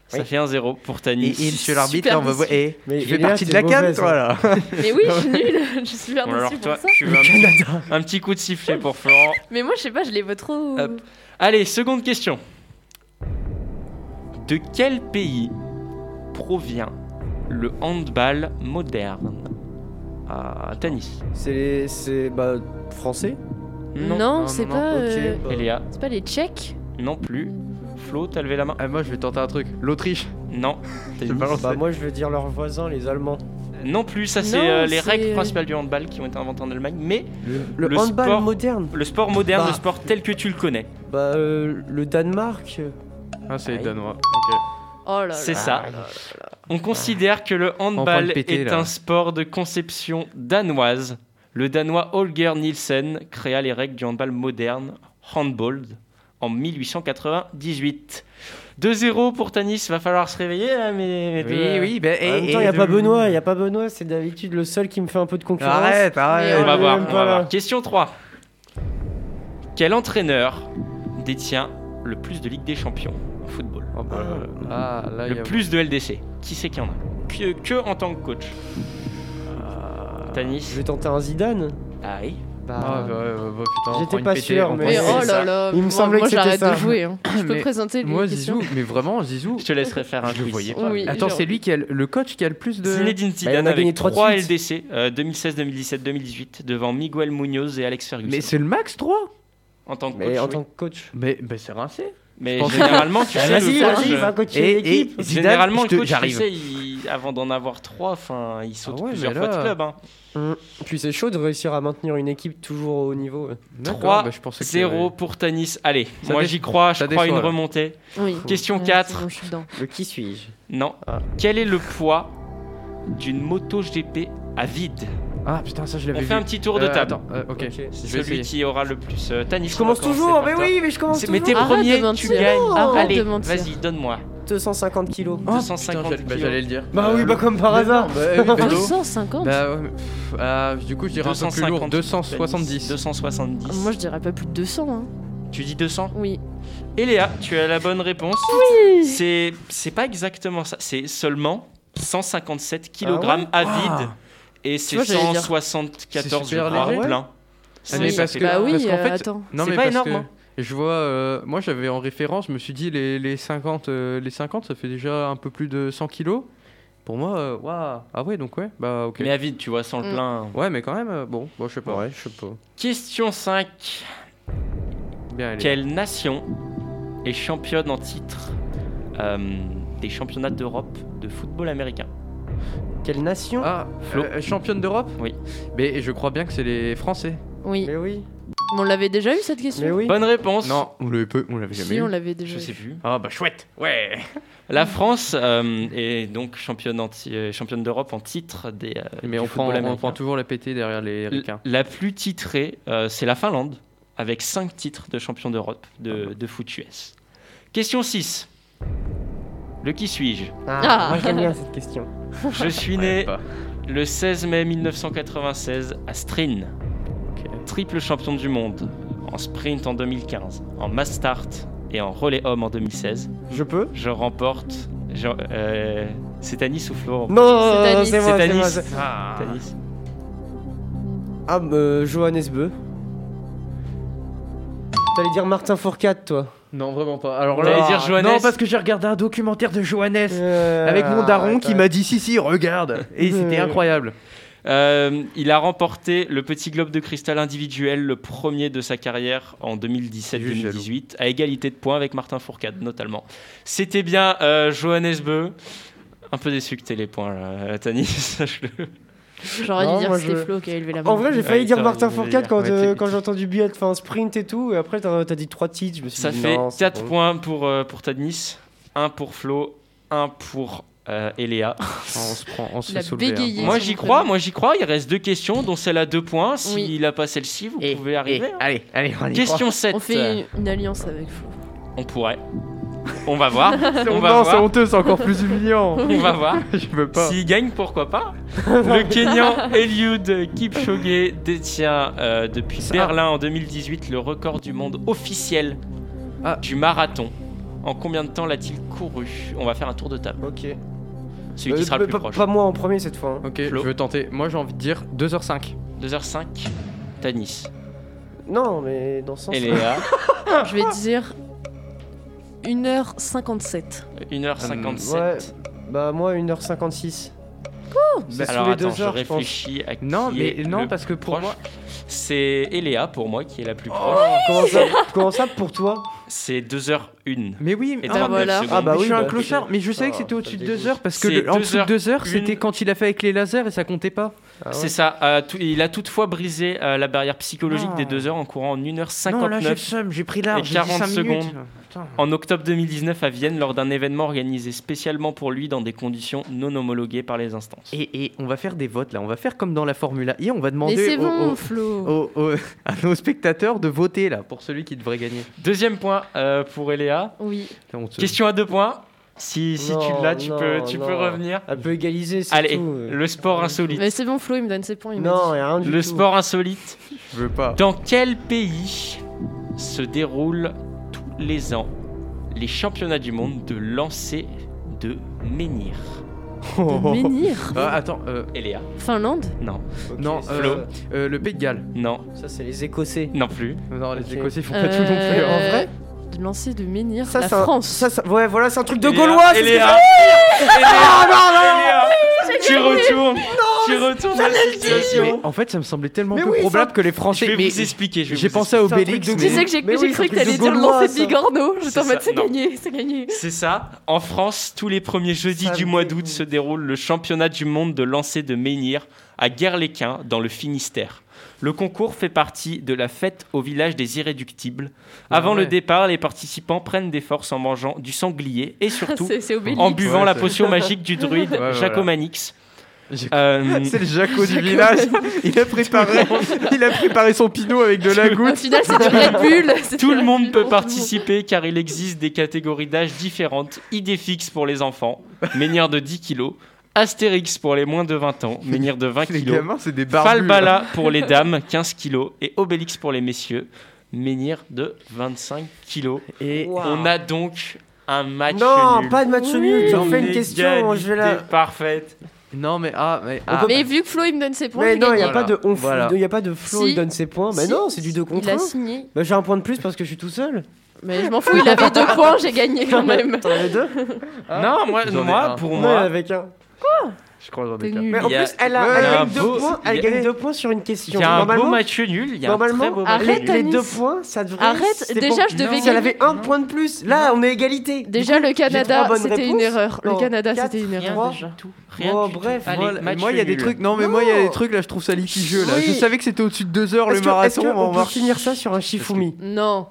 Speaker 4: Ça
Speaker 9: Oui.
Speaker 4: fait 1-0 pour
Speaker 9: Et,
Speaker 4: Tanis.
Speaker 9: et monsieur l'arbitre, là, on va voir. eh,
Speaker 8: Mais
Speaker 9: tu fais
Speaker 8: Elia,
Speaker 9: partie de
Speaker 8: t'es
Speaker 9: la canne,
Speaker 8: mauvaise, hein.
Speaker 9: toi, là
Speaker 10: Mais oui, je suis nulle, je
Speaker 9: Ah,
Speaker 10: suis bien
Speaker 4: Bon,
Speaker 10: déçue
Speaker 9: bah,
Speaker 4: alors
Speaker 10: pour
Speaker 4: toi,
Speaker 10: ça.
Speaker 4: tu veux un petit, un petit coup de sifflet pour Florent.
Speaker 10: Mais moi, je sais pas, je les vois trop.
Speaker 4: Hop. Allez, seconde question. De quel pays provient le handball moderne à Tanis
Speaker 8: C'est c'est bah français.
Speaker 10: Non, c'est pas. euh,
Speaker 8: Ok, bah.
Speaker 4: Elia,
Speaker 10: C'est pas les Tchèques
Speaker 4: non plus. Flo, t'as levé la main Ah,
Speaker 9: Moi, je vais tenter un truc. L'Autriche.
Speaker 4: Non. Tanis.
Speaker 8: Bah moi je veux dire leurs voisins les Allemands.
Speaker 4: Non plus, ça c'est
Speaker 8: Non,
Speaker 4: euh, les
Speaker 8: c'est,
Speaker 4: règles
Speaker 8: euh,
Speaker 4: principales du handball qui ont été inventées en Allemagne, mais
Speaker 8: Le, handball
Speaker 4: sport-
Speaker 8: moderne.
Speaker 4: Le sport moderne,
Speaker 8: Bah.
Speaker 4: le sport tel que tu le connais.
Speaker 8: Bah euh, le Danemark.
Speaker 9: Ah, c'est
Speaker 4: Aïe.
Speaker 9: danois.
Speaker 10: Oh là là.
Speaker 4: C'est ça. On considère que le handball
Speaker 9: le péter,
Speaker 4: est
Speaker 9: là.
Speaker 4: un sport de conception danoise. Le Danois Holger Nielsen créa les règles du handball moderne, handball, en 1898. 2-0 pour Tanis, va falloir se réveiller là, mais...
Speaker 9: Oui, oui, ben,
Speaker 8: en
Speaker 9: et-
Speaker 8: même temps,
Speaker 9: et
Speaker 8: il y a pas
Speaker 9: de-
Speaker 8: Benoît, il y a pas Benoît, c'est d'habitude le seul qui me fait un peu de concurrence.
Speaker 9: Arrête, arrête.
Speaker 4: On va
Speaker 8: Il est
Speaker 4: voir,
Speaker 8: même
Speaker 4: on
Speaker 8: pas
Speaker 4: va
Speaker 8: là.
Speaker 4: voir. Question 3. Quel entraîneur détient le plus de Ligue des Champions en football Euh,
Speaker 9: ah, là, y
Speaker 4: Le
Speaker 9: a-
Speaker 4: plus de LDC. Qui c'est qu'il y en a que, que en tant que coach
Speaker 9: Euh,
Speaker 4: Tanis
Speaker 8: Je vais tenter un Zidane.
Speaker 4: Ah oui
Speaker 8: Bah,
Speaker 9: Ah, bah, ouais, ouais, ouais, putain,
Speaker 8: J'étais
Speaker 9: on prend une
Speaker 8: pas
Speaker 9: pétée,
Speaker 8: sûr,
Speaker 9: on
Speaker 8: mais-
Speaker 9: prend une
Speaker 8: Mais
Speaker 9: pétée.
Speaker 8: oh là
Speaker 9: Ça.
Speaker 8: là, Il me moi- semblait
Speaker 10: moi,
Speaker 8: que c'était
Speaker 10: j'arrête de
Speaker 8: ça.
Speaker 10: jouer, hein. Je peux
Speaker 9: Mais
Speaker 10: présenter les
Speaker 9: Moi,
Speaker 10: questions.
Speaker 9: Zizou, mais vraiment, Zizou.
Speaker 4: Je te laisserai faire un
Speaker 9: Je le voyais Ah.
Speaker 10: pas. Oui,
Speaker 9: Attends,
Speaker 10: genre-
Speaker 9: c'est lui qui a le- le coach qui a le plus de.
Speaker 4: Zinedine
Speaker 9: Bah, il en
Speaker 4: Zidane
Speaker 9: a
Speaker 4: avec
Speaker 9: gagné trois
Speaker 4: 3,
Speaker 9: de suite.
Speaker 4: LDC euh, 2016, 2017, 2018 devant Miguel Munoz et Alex Ferguson.
Speaker 9: Mais c'est le max 3
Speaker 4: en tant que
Speaker 9: Mais
Speaker 4: coach.
Speaker 9: en
Speaker 4: oui.
Speaker 9: tant Mais, bah, c'est rincé.
Speaker 4: Mais
Speaker 9: Je pense-
Speaker 4: généralement, tu
Speaker 9: Ah,
Speaker 4: sais,
Speaker 9: vas-y,
Speaker 4: le coach,
Speaker 9: vas-y,
Speaker 4: euh,
Speaker 9: va coacher
Speaker 4: et-
Speaker 9: l'équipe.
Speaker 4: et
Speaker 9: Zidane,
Speaker 4: généralement,
Speaker 9: je te-
Speaker 4: le coach, tu
Speaker 9: j'arrive.
Speaker 4: sais, il- avant d'en avoir trois, enfin, il saute
Speaker 9: Ah ouais,
Speaker 4: plusieurs
Speaker 9: mais
Speaker 4: fois de
Speaker 9: là-
Speaker 4: club. Hein.
Speaker 8: Mm. Puis c'est chaud de réussir à maintenir une équipe toujours au haut niveau. ouais.
Speaker 4: 3,
Speaker 9: euh,
Speaker 4: 0 pour Tanis. Allez,
Speaker 8: Ça
Speaker 4: moi
Speaker 8: dé-
Speaker 4: j'y crois, je
Speaker 8: ça
Speaker 4: crois à une
Speaker 8: déçoit, là.
Speaker 4: remontée.
Speaker 8: Oui.
Speaker 4: Question
Speaker 8: Ouais,
Speaker 4: 4.
Speaker 8: c'est bon, je suis dedans. Le qui suis-je
Speaker 4: Non.
Speaker 9: Ah.
Speaker 4: Quel est le poids d'une moto GP à vide
Speaker 9: Ah putain, ça je l'avais
Speaker 4: On
Speaker 9: vu.
Speaker 4: fait un petit tour de
Speaker 9: Euh,
Speaker 4: table.
Speaker 9: attends, euh, ok. Je vais
Speaker 4: Celui
Speaker 9: essayer.
Speaker 4: qui aura le plus. euh, Tanis, on
Speaker 8: Je
Speaker 4: va
Speaker 8: commence
Speaker 4: commencer
Speaker 8: toujours,
Speaker 4: par
Speaker 8: mais
Speaker 4: toi.
Speaker 8: oui, mais je commence
Speaker 4: C'est- Mais t'es
Speaker 8: toujours.
Speaker 4: premier,
Speaker 8: Arrête de
Speaker 4: tu
Speaker 8: mentir. Oh,
Speaker 4: gagnes.
Speaker 8: Arrête
Speaker 4: Allez,
Speaker 8: de mentir.
Speaker 4: vas-y, donne-moi.
Speaker 8: 250 kilos.
Speaker 4: 250
Speaker 9: j'allais- bah,
Speaker 4: kilos.
Speaker 9: j'allais le dire.
Speaker 8: Bah oui, bah comme par
Speaker 9: Mais
Speaker 8: hasard.
Speaker 9: non, bah, oui, bah,
Speaker 10: 250.
Speaker 9: Bah, ouais, mais, pff, ah, du coup, je dirais un peu plus lourd. 270.
Speaker 4: 270.
Speaker 10: Moi, je dirais pas plus de 200. Hein.
Speaker 4: Tu dis 200
Speaker 10: Oui.
Speaker 4: Et Léa, tu as la bonne réponse. C'est c'est pas exactement ça. C'est seulement 157 kg à
Speaker 9: Ah.
Speaker 4: vide. Et
Speaker 9: Tu
Speaker 4: c'est
Speaker 9: vois, j'allais dire. C'est
Speaker 4: 174 je
Speaker 9: super
Speaker 4: crois,
Speaker 9: léger.
Speaker 4: plein.
Speaker 9: Ah,
Speaker 4: C'est-
Speaker 9: mais
Speaker 10: Bah
Speaker 4: ça
Speaker 9: parce
Speaker 4: fait-
Speaker 9: que, parce
Speaker 10: euh,
Speaker 9: qu'en fait, non,
Speaker 4: c'est
Speaker 9: mais
Speaker 4: pas
Speaker 9: parce
Speaker 4: énorme.
Speaker 9: que
Speaker 4: hein.
Speaker 9: Je vois, euh, moi j'avais en référence, je me suis dit les, les 50, euh, les 50, ça fait déjà un peu plus de 100 kilos. Pour moi, euh, waouh, ah ouais, donc ouais, bah ok.
Speaker 4: Mais à vide, tu vois, sans le Mm. plein.
Speaker 9: Ouais, mais quand même, euh, bon, bon, je sais pas. Ouais, je sais pas.
Speaker 4: Question 5.
Speaker 9: Bien, allez.
Speaker 4: Quelle nation est championne en titre euh, des championnats d'Europe de football américain
Speaker 8: Quelle nation
Speaker 9: Ah,
Speaker 4: Flo.
Speaker 9: euh, championne d'Europe
Speaker 4: Oui.
Speaker 9: Mais je crois bien que c'est les Français.
Speaker 10: Oui.
Speaker 8: Mais oui.
Speaker 10: On l'avait déjà eu cette question.
Speaker 4: Bonne réponse.
Speaker 9: Non, on l'avait peu, on l'avait
Speaker 10: Si,
Speaker 9: jamais.
Speaker 10: on l'avait déjà
Speaker 4: Je
Speaker 10: eu.
Speaker 4: sais plus.
Speaker 9: Ah bah chouette. Ouais.
Speaker 4: La France euh, est donc championne, anti- euh, championne d'Europe en titre des. euh,
Speaker 9: Mais
Speaker 4: du
Speaker 9: on prend,
Speaker 4: football
Speaker 9: on
Speaker 4: américain.
Speaker 9: prend toujours la pété derrière les Ricains.
Speaker 4: La plus titrée, euh, c'est la Finlande, avec 5 titres de champion d'Europe de, de foot US. Question 6. Le qui suis-je
Speaker 8: Ah, Moi j'aime bien cette question.
Speaker 4: Je suis né
Speaker 9: bah.
Speaker 4: le 16 mai 1996 à Strin. Triple champion du monde en sprint en 2015, en mass start et en relais homme en 2016.
Speaker 8: Je peux
Speaker 4: Je remporte. je- euh, c'est Anis ou Florent
Speaker 8: Non, C'est Anis. c'est moi, c'est
Speaker 4: Anis.
Speaker 8: moi, c'est-
Speaker 4: Ah. C'est Anis.
Speaker 8: Ah, euh, Johannes Beu. T'allais dire Martin Fourcade, toi
Speaker 9: Non, vraiment pas. Alors
Speaker 8: T'allais
Speaker 9: là,
Speaker 8: dire Johannes
Speaker 9: non, parce que j'ai regardé un documentaire de Johannes
Speaker 8: Euh,
Speaker 9: avec mon daron
Speaker 8: arrête,
Speaker 9: qui m'a dit si si regarde et c'était incroyable.
Speaker 4: Euh, il a remporté le petit globe de cristal individuel, le premier de sa carrière en 2017-2018, à égalité de points avec Martin Fourcade notamment. C'était bien euh, Johannes Beu. Un peu déçu que t'aies les points, là, Tani, sache-le.
Speaker 10: J'aurais dû
Speaker 8: Non,
Speaker 10: dire
Speaker 8: moi,
Speaker 10: que c'était
Speaker 8: je-
Speaker 10: Flo qui a élevé la main.
Speaker 8: En vrai, j'ai failli
Speaker 4: Ouais,
Speaker 8: dire
Speaker 4: t'as
Speaker 8: Martin
Speaker 4: raison de
Speaker 8: Fourcade
Speaker 4: dire.
Speaker 8: quand,
Speaker 4: Ouais,
Speaker 8: euh,
Speaker 4: t'es-
Speaker 8: quand j'ai entendu Bullet faire un sprint et tout, et après t'as t'as dit trois titres, je me suis
Speaker 4: Ça
Speaker 8: dit
Speaker 4: fait
Speaker 8: non, c'est
Speaker 4: 4
Speaker 8: bon.
Speaker 4: points pour, euh, pour Tanis, 1 pour Flo, 1 pour euh, Eléa.
Speaker 9: on se prend, on
Speaker 10: se Il fait a soulever, hein. bégayé
Speaker 4: Moi
Speaker 10: son
Speaker 4: j'y
Speaker 10: prénom.
Speaker 4: crois, moi j'y crois. Il reste deux questions, dont celle à 2 points. S'il
Speaker 10: Oui.
Speaker 4: a pas celle-ci, vous pouvez arriver. hein.
Speaker 9: Eh, allez, allez, on y
Speaker 4: Question
Speaker 9: croit.
Speaker 4: 7.
Speaker 10: On fait une, une alliance avec Flo.
Speaker 4: On pourrait. On va voir.
Speaker 9: C'est
Speaker 4: On
Speaker 9: hon-
Speaker 4: va
Speaker 9: non,
Speaker 4: voir.
Speaker 9: c'est honteux, c'est encore plus humiliant.
Speaker 4: On va voir.
Speaker 9: Je veux pas.
Speaker 4: S'il gagne, pourquoi pas Le Kenyan Eliud Kipchoge détient euh, depuis Berlin en 2018 le record du monde officiel du marathon. En combien de temps l'a-t-il couru On va faire un tour de table.
Speaker 8: Ok.
Speaker 4: Celui
Speaker 8: Euh,
Speaker 4: qui sera le
Speaker 8: pas-
Speaker 4: plus
Speaker 8: pas-
Speaker 4: proche.
Speaker 8: Pas moi en premier cette fois. hein.
Speaker 9: Ok, je veux tenter. Moi j'ai envie de dire 2h05.
Speaker 4: 2h05, Tanis.
Speaker 8: Non, mais dans ce sens.
Speaker 4: Et Léa,
Speaker 8: Ah,
Speaker 10: Je vais dire 1h57.
Speaker 4: 1h57.
Speaker 8: Ouais, bah moi 1h56. C'est
Speaker 4: Bah, Alors
Speaker 8: sous les
Speaker 4: attends,
Speaker 8: deux heures,
Speaker 4: je
Speaker 8: je pense.
Speaker 4: réfléchis à qui
Speaker 9: Non, mais
Speaker 4: est
Speaker 9: non,
Speaker 4: le
Speaker 9: parce que pour
Speaker 4: proche.
Speaker 9: moi-
Speaker 4: C'est Eléa pour moi qui est la plus proche.
Speaker 8: Oh, comment, ça, comment ça pour toi
Speaker 4: C'est 2h01.
Speaker 9: Mais oui,
Speaker 4: Et
Speaker 9: mais
Speaker 4: 39 secondes.
Speaker 9: Ah bah oui, je suis un clochard, mais je savais que c'était au-dessus de 2 heures parce que
Speaker 4: C'est
Speaker 9: le- en dessous de 2
Speaker 4: deux heures,
Speaker 9: heures, c'était
Speaker 4: une-
Speaker 9: quand il a fait avec les lasers et ça comptait pas.
Speaker 4: C'est ça. euh, tout- il a toutefois brisé euh, la barrière psychologique
Speaker 9: Non.
Speaker 4: des 2 heures en courant en 1h59
Speaker 9: Non, là, j'ai le seum, j'ai pris large,
Speaker 4: et
Speaker 9: j'ai dit
Speaker 4: 40
Speaker 9: cinq minutes.
Speaker 4: secondes.
Speaker 9: Putain.
Speaker 4: En octobre 2019 à Vienne lors d'un événement organisé spécialement pour lui dans des conditions non homologuées par les instances.
Speaker 9: Et, et on va faire des votes là, on va faire comme dans la Formule 1. Et on va
Speaker 10: Mais
Speaker 9: demander
Speaker 10: c'est
Speaker 9: aux-
Speaker 8: oh,
Speaker 10: bon,
Speaker 9: aux-
Speaker 10: Flo.
Speaker 9: aux- aux- à nos spectateurs de voter là pour celui qui devrait gagner.
Speaker 4: Deuxième point euh, pour Eléa.
Speaker 10: Oui.
Speaker 4: Question à deux points. Si, si tu l'as, tu,
Speaker 8: Non,
Speaker 4: peux, tu
Speaker 8: non.
Speaker 4: peux revenir.
Speaker 8: Elle peut égaliser, c'est
Speaker 4: Allez,
Speaker 8: tout. euh.
Speaker 4: le sport insolite.
Speaker 10: Mais c'est bon, Flo, il me donne ses points. il m'a dit.
Speaker 4: Le sport insolite.
Speaker 9: Je veux pas.
Speaker 4: Dans quel pays se déroulent tous les ans les championnats du monde de lancer de menhir.
Speaker 8: oh,
Speaker 10: De menhir
Speaker 9: Ah, Attends, euh...
Speaker 4: Eléa.
Speaker 10: Finlande
Speaker 4: Non.
Speaker 9: non,
Speaker 4: c'est-
Speaker 9: euh,
Speaker 4: Flo.
Speaker 9: euh, le Pays de Galles.
Speaker 4: Non.
Speaker 8: Ça, c'est les Écossais.
Speaker 4: Non plus.
Speaker 9: Non, les
Speaker 8: Ok.
Speaker 9: Écossais font
Speaker 10: Euh,
Speaker 9: pas tout non plus.
Speaker 8: en vrai
Speaker 10: de Lancer de menhir,
Speaker 8: Ça,
Speaker 10: la
Speaker 8: c'est un-
Speaker 10: France.
Speaker 8: ça, ça- ouais, voilà, c'est un truc de
Speaker 4: Eléa,
Speaker 8: Gaulois. c'est ce que
Speaker 4: Eléa,
Speaker 8: j'ai-
Speaker 4: Eléa,
Speaker 8: Ah, non, non, non.
Speaker 4: Eléa,
Speaker 8: J'ai
Speaker 4: Tu
Speaker 8: gagné.
Speaker 4: retournes Tu
Speaker 8: mais
Speaker 4: retournes dans la
Speaker 8: j'allais le dire.
Speaker 4: situation
Speaker 9: En fait, ça me semblait tellement
Speaker 8: Mais
Speaker 9: peu
Speaker 8: oui,
Speaker 9: probable
Speaker 8: ça-
Speaker 9: que les Français.
Speaker 4: Je vais
Speaker 9: mais
Speaker 4: vous expliquer, je vais
Speaker 9: J'ai
Speaker 4: vous
Speaker 9: pensé à
Speaker 8: expliquer.
Speaker 9: Obélix.
Speaker 8: C'est un
Speaker 10: Tu
Speaker 8: truc
Speaker 9: mais-
Speaker 10: sais que j'ai
Speaker 8: Mais
Speaker 10: j'ai
Speaker 8: oui,
Speaker 10: cru
Speaker 8: c'est
Speaker 10: que
Speaker 8: un truc
Speaker 10: t'allais
Speaker 8: de
Speaker 10: dire
Speaker 8: Gaulois,
Speaker 10: lancer de
Speaker 8: ça.
Speaker 10: Bigorneau. J'étais en
Speaker 4: C'est
Speaker 10: mode
Speaker 4: ça,
Speaker 10: c'est
Speaker 4: non.
Speaker 10: gagné, c'est gagné.
Speaker 4: C'est ça. En France, tous les premiers jeudis du mois d'août se déroule le championnat du monde de lancer de menhir à Guerléquin, dans le Finistère. Le concours fait partie de la fête au village des Irréductibles.
Speaker 9: Ah
Speaker 4: Avant le
Speaker 9: ouais.
Speaker 4: départ, les participants prennent des forces en mangeant du sanglier et surtout
Speaker 10: C'est c'est Obélix.
Speaker 4: en buvant
Speaker 9: Ouais,
Speaker 4: la
Speaker 9: c'est-
Speaker 4: potion magique du druide
Speaker 9: Ouais, voilà.
Speaker 4: Jacomanix.
Speaker 9: Jaco-
Speaker 4: Euh,
Speaker 9: C'est le Jaco du village. Il a préparé, il a préparé son pinot avec de la
Speaker 10: Au
Speaker 9: goutte.
Speaker 10: final, c'est du Red Bull. c'est du
Speaker 4: Tout le
Speaker 10: Red
Speaker 4: monde
Speaker 10: Bull
Speaker 4: peut
Speaker 10: pour
Speaker 4: participer car il existe des catégories d'âge différentes. Idée fixe pour les enfants, menhir de 10 kilos. Astérix pour les moins de 20 ans, menhir de 20
Speaker 9: Les
Speaker 4: kilos.
Speaker 9: gamins, c'est des
Speaker 8: hein.
Speaker 9: barbus.
Speaker 4: Falbala pour les dames, 15 kilos. Et Obélix pour les messieurs, menhir de 25 kilos.
Speaker 9: Et
Speaker 8: Wow.
Speaker 4: On a donc un match
Speaker 8: Non,
Speaker 4: nul.
Speaker 8: pas de match nul. Tu
Speaker 4: Une
Speaker 8: refais une question. hein, Je vais la.
Speaker 4: égalité parfaite.
Speaker 9: non mais ah mais ah.
Speaker 10: nous. Mais vu que Flo il me donne ses points,
Speaker 8: Mais
Speaker 10: j'ai
Speaker 8: non, il
Speaker 10: gagné.
Speaker 8: n'y a, pas
Speaker 9: Voilà.
Speaker 8: de on fout-
Speaker 9: Voilà.
Speaker 8: y a pas de flow,
Speaker 10: Si.
Speaker 8: il donne ses points. Mais
Speaker 10: Si.
Speaker 8: non, c'est du 2 contre
Speaker 10: Il a
Speaker 8: 1.
Speaker 10: signé.
Speaker 8: Bah, j'ai un point de plus parce que je suis tout seul.
Speaker 10: Mais je m'en fous, il avait deux points, j'ai gagné quand même.
Speaker 8: T'en avais deux
Speaker 4: Non, moi,
Speaker 9: J'en ai
Speaker 4: moi
Speaker 9: un.
Speaker 4: pour
Speaker 8: Non,
Speaker 4: moi,
Speaker 8: avec un.
Speaker 9: je crois que j'en ai
Speaker 10: T'es
Speaker 9: quatre.
Speaker 10: nul.
Speaker 8: Mais en
Speaker 4: Il y a-
Speaker 8: plus, elle a,
Speaker 9: Ouais,
Speaker 8: elle
Speaker 9: il y
Speaker 8: a
Speaker 9: a
Speaker 8: eu
Speaker 4: un
Speaker 8: deux
Speaker 4: beau-
Speaker 8: points, elle
Speaker 4: il y a-
Speaker 8: gagne deux points sur une
Speaker 4: il
Speaker 8: question.
Speaker 4: y a un beau
Speaker 8: Normalement,
Speaker 4: match nul. Il y a un très beau
Speaker 8: Normalement,
Speaker 4: match
Speaker 8: les,
Speaker 10: Arrête,
Speaker 4: nul.
Speaker 8: les
Speaker 10: Anis.
Speaker 8: deux points, ça devrait.
Speaker 10: Arrête,
Speaker 8: c'était
Speaker 10: déjà, je devais
Speaker 8: Si elle avait
Speaker 10: gagner.
Speaker 8: un point de plus, là, on est égalité.
Speaker 10: Déjà, le Canada,
Speaker 8: trois bonnes
Speaker 10: c'était une
Speaker 8: réponses.
Speaker 10: erreur. Le
Speaker 8: Non,
Speaker 10: Canada,
Speaker 8: quatre,
Speaker 10: c'était une
Speaker 8: rien.
Speaker 10: erreur.
Speaker 8: Trois.
Speaker 4: déjà. Tout. Rien
Speaker 8: Oh,
Speaker 4: du tout.
Speaker 8: bref.
Speaker 4: Allez,
Speaker 9: Voilà,
Speaker 4: match
Speaker 9: moi il y a des
Speaker 4: nul.
Speaker 9: trucs non mais
Speaker 8: Non.
Speaker 9: moi il y a des trucs là je trouve ça litigieux là.
Speaker 8: Oui.
Speaker 9: Je savais que c'était au-dessus de deux heures
Speaker 8: Est-ce
Speaker 9: le
Speaker 8: que- est-ce
Speaker 9: marathon. mais on
Speaker 8: qu'on peut
Speaker 9: marche-
Speaker 8: finir ça sur un Shifumi
Speaker 10: Non.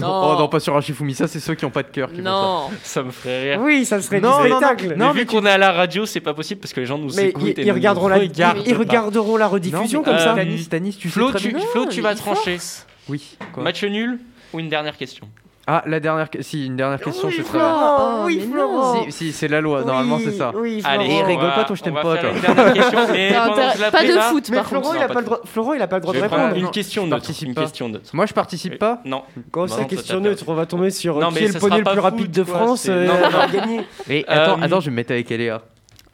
Speaker 9: Non. Oh non pas sur un Shifumi ça c'est ceux qui ont pas de cœur qui font ça.
Speaker 10: Non.
Speaker 4: Ça me ferait rire.
Speaker 8: Oui, ça serait
Speaker 9: Non,
Speaker 8: du
Speaker 9: non, non.
Speaker 8: spectacle.
Speaker 4: Non, mais vu qu'on est à la radio, c'est pas possible parce que les gens nous
Speaker 8: Mais
Speaker 4: écoutent
Speaker 8: ils,
Speaker 4: et
Speaker 8: ils
Speaker 4: ne
Speaker 8: regarderont
Speaker 4: nous
Speaker 8: la,
Speaker 4: regardent
Speaker 8: ils
Speaker 4: pas.
Speaker 8: regarderont la rediffusion
Speaker 9: Non, mais,
Speaker 8: comme
Speaker 9: euh,
Speaker 8: ça.
Speaker 9: Stanis, Stanis, tu
Speaker 4: Flo,
Speaker 9: sais très
Speaker 4: tu,
Speaker 9: bien.
Speaker 4: Flo, tu
Speaker 10: il
Speaker 4: vas
Speaker 10: force.
Speaker 4: trancher.
Speaker 9: Oui. quoi.
Speaker 4: Match nul ou une dernière question
Speaker 9: Ah la dernière que- si une dernière question c'est ça.
Speaker 8: Florent,
Speaker 10: Oh,
Speaker 8: oui,
Speaker 10: mais non.
Speaker 8: Florent.
Speaker 9: Si si c'est la loi
Speaker 8: Oui,
Speaker 9: normalement c'est ça.
Speaker 8: Oui,
Speaker 4: Allez,
Speaker 8: Florent.
Speaker 9: Et rigole
Speaker 4: on
Speaker 9: pas,
Speaker 4: va-
Speaker 9: toi, je
Speaker 4: on
Speaker 9: t'aime
Speaker 4: va
Speaker 9: pas,
Speaker 4: faire
Speaker 9: toi.
Speaker 4: une dernière question, mais
Speaker 10: T'as
Speaker 4: pendant que je
Speaker 10: intérêt-
Speaker 4: la
Speaker 10: Pas de
Speaker 4: prépare,
Speaker 10: foot,
Speaker 8: Mais
Speaker 10: par
Speaker 8: Florent,
Speaker 10: contre.
Speaker 8: il a pas le droit. Florent, il a pas le droit
Speaker 4: je
Speaker 8: de
Speaker 4: vais prendre
Speaker 8: répondre.
Speaker 4: une question
Speaker 9: Je
Speaker 4: neutre.
Speaker 9: participe
Speaker 4: Une
Speaker 9: pas.
Speaker 4: question neutre.
Speaker 9: Moi je participe pas.
Speaker 4: Non.
Speaker 8: Quand
Speaker 4: Bah
Speaker 8: c'est
Speaker 4: non, toi,
Speaker 8: question
Speaker 4: t'as
Speaker 8: neutre, on va tomber sur
Speaker 4: Non,
Speaker 8: euh, qui
Speaker 4: mais
Speaker 8: est
Speaker 4: ça
Speaker 8: le
Speaker 4: sera
Speaker 8: poney le
Speaker 4: pas
Speaker 8: plus rapide
Speaker 4: foot,
Speaker 8: de
Speaker 4: quoi,
Speaker 8: France.
Speaker 4: c'est-
Speaker 8: euh,
Speaker 4: Non,
Speaker 8: elle
Speaker 4: non.
Speaker 8: va gagner.
Speaker 9: Mais attends
Speaker 4: Euh,
Speaker 9: attends je vais me mettre avec Eléa.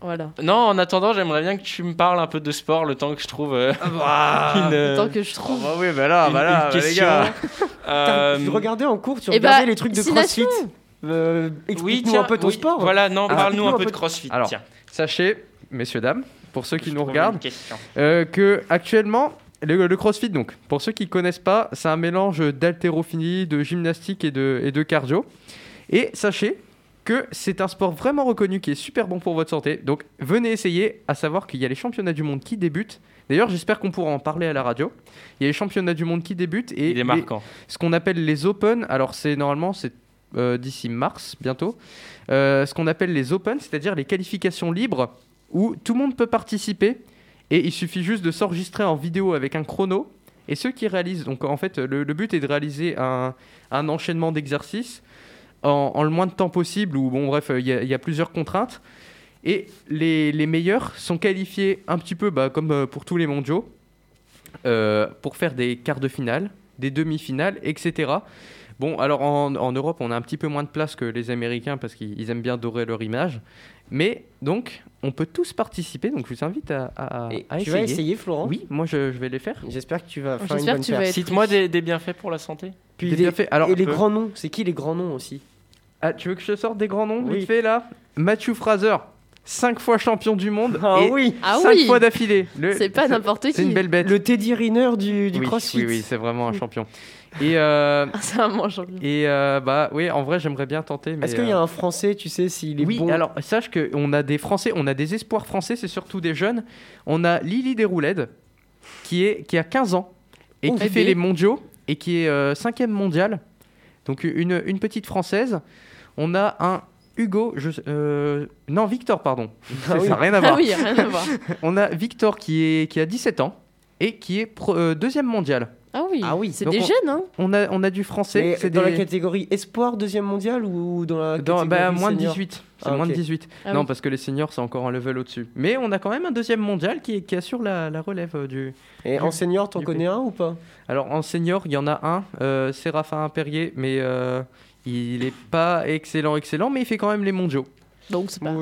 Speaker 10: Voilà.
Speaker 4: Non, en attendant, j'aimerais bien que tu me parles un peu de sport le temps que je trouve euh, une, euh,
Speaker 10: Tant que je trouve.
Speaker 9: bah oui bah là
Speaker 4: une-
Speaker 9: bah là
Speaker 4: une
Speaker 9: bah, les
Speaker 4: question.
Speaker 9: gars.
Speaker 4: Euh,
Speaker 8: Tu regardais en cours, tu
Speaker 10: Eh bah,
Speaker 8: regardais les trucs de
Speaker 10: Six
Speaker 8: CrossFit.
Speaker 10: Nations.
Speaker 8: Euh,
Speaker 4: oui,
Speaker 8: Explique-nous
Speaker 4: tiens,
Speaker 8: un peu ton
Speaker 4: oui,
Speaker 8: sport.
Speaker 4: Voilà, non,
Speaker 9: Ah,
Speaker 4: parle-nous un
Speaker 8: explique-nous
Speaker 4: peu
Speaker 8: un
Speaker 4: de
Speaker 8: peu.
Speaker 4: CrossFit.
Speaker 9: Alors,
Speaker 4: tiens,
Speaker 9: Sachez messieurs dames pour ceux
Speaker 4: Je
Speaker 9: qui nous
Speaker 4: trouve une
Speaker 9: regardent
Speaker 4: question.
Speaker 9: Euh, que actuellement le, le CrossFit donc pour ceux qui connaissent pas c'est un mélange d'haltérophilie de gymnastique et de, et de cardio et sachez que c'est un sport vraiment reconnu qui est super bon pour votre santé donc venez essayer à savoir qu'il y a les championnats du monde qui débutent d'ailleurs j'espère qu'on pourra en parler à la radio il y a les championnats du monde qui débutent et
Speaker 4: Il est
Speaker 9: les-
Speaker 4: marquant.
Speaker 9: ce qu'on appelle les open alors c'est normalement c'est euh, d'ici mars bientôt euh, ce qu'on appelle les open c'est-à-dire les qualifications libres où tout le monde peut participer et il suffit juste de s'enregistrer en vidéo avec un chrono et ceux qui réalisent donc en fait le, le but est de réaliser un, un enchaînement d'exercices en, en le moins de temps possible ou bon bref il y, a- il y a plusieurs contraintes et les, les meilleurs sont qualifiés un petit peu bah, comme euh, pour tous les mondiaux euh, pour faire des quarts de finale, des demi-finales, etc. Bon, alors en, en Europe, on a un petit peu moins de place que les Américains parce qu'ils ils aiment bien dorer leur image. Mais donc, on peut tous participer. Donc, je vous invite à, à- à
Speaker 8: Et Tu vas
Speaker 9: essayer.
Speaker 8: essayer, hein Florent
Speaker 9: Oui, moi je, je vais les faire.
Speaker 8: J'espère que tu vas faire une
Speaker 10: J'espère
Speaker 8: bonne
Speaker 10: que tu vas
Speaker 8: paire.
Speaker 10: être.
Speaker 4: Cite-moi des, des bienfaits pour la santé.
Speaker 8: Puis
Speaker 9: Des
Speaker 8: les-
Speaker 9: bienfaits. Alors,
Speaker 8: Et les
Speaker 9: euh,
Speaker 8: grands noms, c'est qui les grands noms aussi
Speaker 9: Ah, tu veux que je te sorte des grands noms
Speaker 8: Oui.
Speaker 9: vite fait là Matthew Fraser, 5 fois champion du monde
Speaker 8: Ah
Speaker 9: et
Speaker 8: oui
Speaker 10: Ah
Speaker 9: 5
Speaker 10: oui
Speaker 9: fois d'affilée. Le-
Speaker 10: C'est pas n'importe qui.
Speaker 9: C'est une belle bête.
Speaker 8: Le Teddy Riner du, du
Speaker 9: oui,
Speaker 8: CrossFit.
Speaker 9: oui, oui, c'est vraiment un champion. Et euh,
Speaker 10: Ah, C'est un mangeant.
Speaker 9: Et euh, bah oui, en vrai, j'aimerais bien tenter. mais,
Speaker 8: Est-ce qu'il y a un Français, tu sais, s'il
Speaker 9: euh,
Speaker 8: est
Speaker 9: Oui,
Speaker 8: bon
Speaker 9: alors sache qu'on a des Français, on a des espoirs français, c'est surtout des jeunes. On a Lily Déroulède qui, est, qui a 15 ans et
Speaker 8: Oh,
Speaker 10: Ouf.
Speaker 9: qui
Speaker 10: Eh
Speaker 9: fait
Speaker 10: bien.
Speaker 9: les mondiaux et qui est 5ème mondiale. Donc une, une petite Française. On a un Hugo, je, euh, non Victor, pardon.
Speaker 8: Ah oui.
Speaker 9: Ça n'a rien à voir.
Speaker 10: Ah oui, rien à voir.
Speaker 9: On a Victor qui, est, qui a 17 ans et qui est pro- euh, deuxième mondial.
Speaker 10: Ah oui.
Speaker 8: Ah oui.
Speaker 10: C'est
Speaker 8: Donc
Speaker 10: des
Speaker 8: on-
Speaker 10: jeunes, hein
Speaker 9: On a, on a du français.
Speaker 8: Mais
Speaker 9: c'est
Speaker 8: dans
Speaker 9: des-
Speaker 8: la catégorie espoir deuxième mondial ou dans la
Speaker 9: Dans-
Speaker 8: catégorie
Speaker 9: bah, moins de
Speaker 8: senior
Speaker 9: 18. C'est
Speaker 8: Ah,
Speaker 9: moins de
Speaker 8: ok.
Speaker 9: 18.
Speaker 8: Ah
Speaker 9: non,
Speaker 8: oui.
Speaker 9: parce que les seniors, c'est encore un level au-dessus. Mais on a quand même un deuxième mondial qui, qui assure la, la relève euh, du.
Speaker 8: Et en senior, t'en connais un ou pas
Speaker 9: Alors, en senior, il y en a un. euh, c'est Raphaël Perrier, mais euh, il est pas excellent, excellent, mais il fait quand même les mondiaux.
Speaker 10: Donc, c'est pas.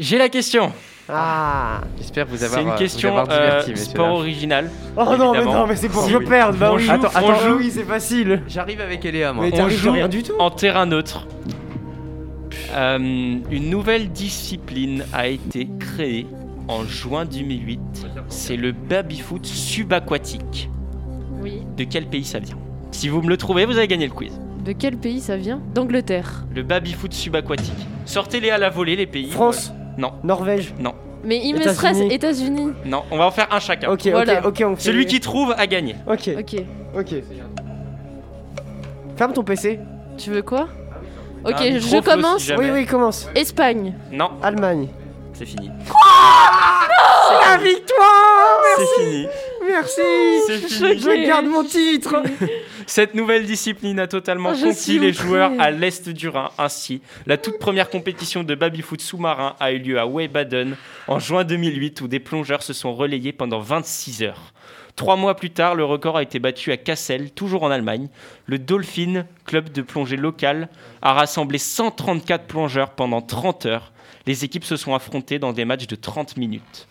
Speaker 4: J'ai la question.
Speaker 8: Ah
Speaker 9: J'espère vous avoir.
Speaker 4: C'est
Speaker 9: euh,
Speaker 4: une
Speaker 9: vous
Speaker 4: question
Speaker 9: avoir diverti,
Speaker 4: euh,
Speaker 9: messieurs,
Speaker 4: sport
Speaker 9: dames.
Speaker 4: original.
Speaker 8: Oh non, mais
Speaker 4: évidemment.
Speaker 8: non, mais c'est pour que je perde, bah
Speaker 4: On
Speaker 8: oui.
Speaker 4: joue-
Speaker 8: Attends,
Speaker 4: on
Speaker 8: attends,
Speaker 4: joue-
Speaker 8: oui, c'est facile.
Speaker 9: J'arrive avec Eléa, moi.
Speaker 8: Mais
Speaker 4: on
Speaker 8: t'arrives
Speaker 4: joue
Speaker 8: sur rien du tout.
Speaker 4: en terrain neutre. Euh, une nouvelle discipline a été créée en juin 2008. C'est le baby-foot subaquatique.
Speaker 10: Oui.
Speaker 4: De quel pays ça vient Si vous me le trouvez, vous avez gagné le quiz.
Speaker 10: De quel pays ça vient D'Angleterre.
Speaker 4: Le baby-foot subaquatique. Sortez-les à la volée, les pays.
Speaker 8: France
Speaker 4: Non.
Speaker 8: Norvège
Speaker 4: Non.
Speaker 10: Mais il me stresse, États-Unis.
Speaker 4: Euh, Non, on va en faire un chacun.
Speaker 8: Ok, ok, Voilà. ok, on fait-
Speaker 4: Celui qui trouve a gagné.
Speaker 8: Ok.
Speaker 10: Ok.
Speaker 8: Ok. Ferme ton PC.
Speaker 10: Tu veux quoi Ok,
Speaker 4: Un micro
Speaker 10: je
Speaker 4: flow, si
Speaker 10: commence.
Speaker 4: jamais. Oui, oui,
Speaker 8: commence.
Speaker 10: Espagne.
Speaker 4: Non.
Speaker 8: Allemagne.
Speaker 4: C'est fini.
Speaker 8: Ah La victoire
Speaker 4: C'est fini.
Speaker 8: Merci
Speaker 4: C'est fini.
Speaker 8: Ah, Je garde mon titre
Speaker 4: Cette nouvelle discipline a totalement
Speaker 8: Ah, je
Speaker 4: conquis
Speaker 8: suis
Speaker 4: les
Speaker 8: outrée.
Speaker 4: joueurs à l'est du Rhin. Ainsi, la toute première compétition de baby-foot sous-marin a eu lieu à Weybaden en juin 2008 où des plongeurs se sont relayés pendant 26 heures. Trois mois plus tard, le record a été battu à Kassel, toujours en Allemagne. Le Dolphin, club de plongée local, a rassemblé 134 plongeurs pendant 30 heures. Les équipes se sont affrontées dans des matchs de 30 minutes.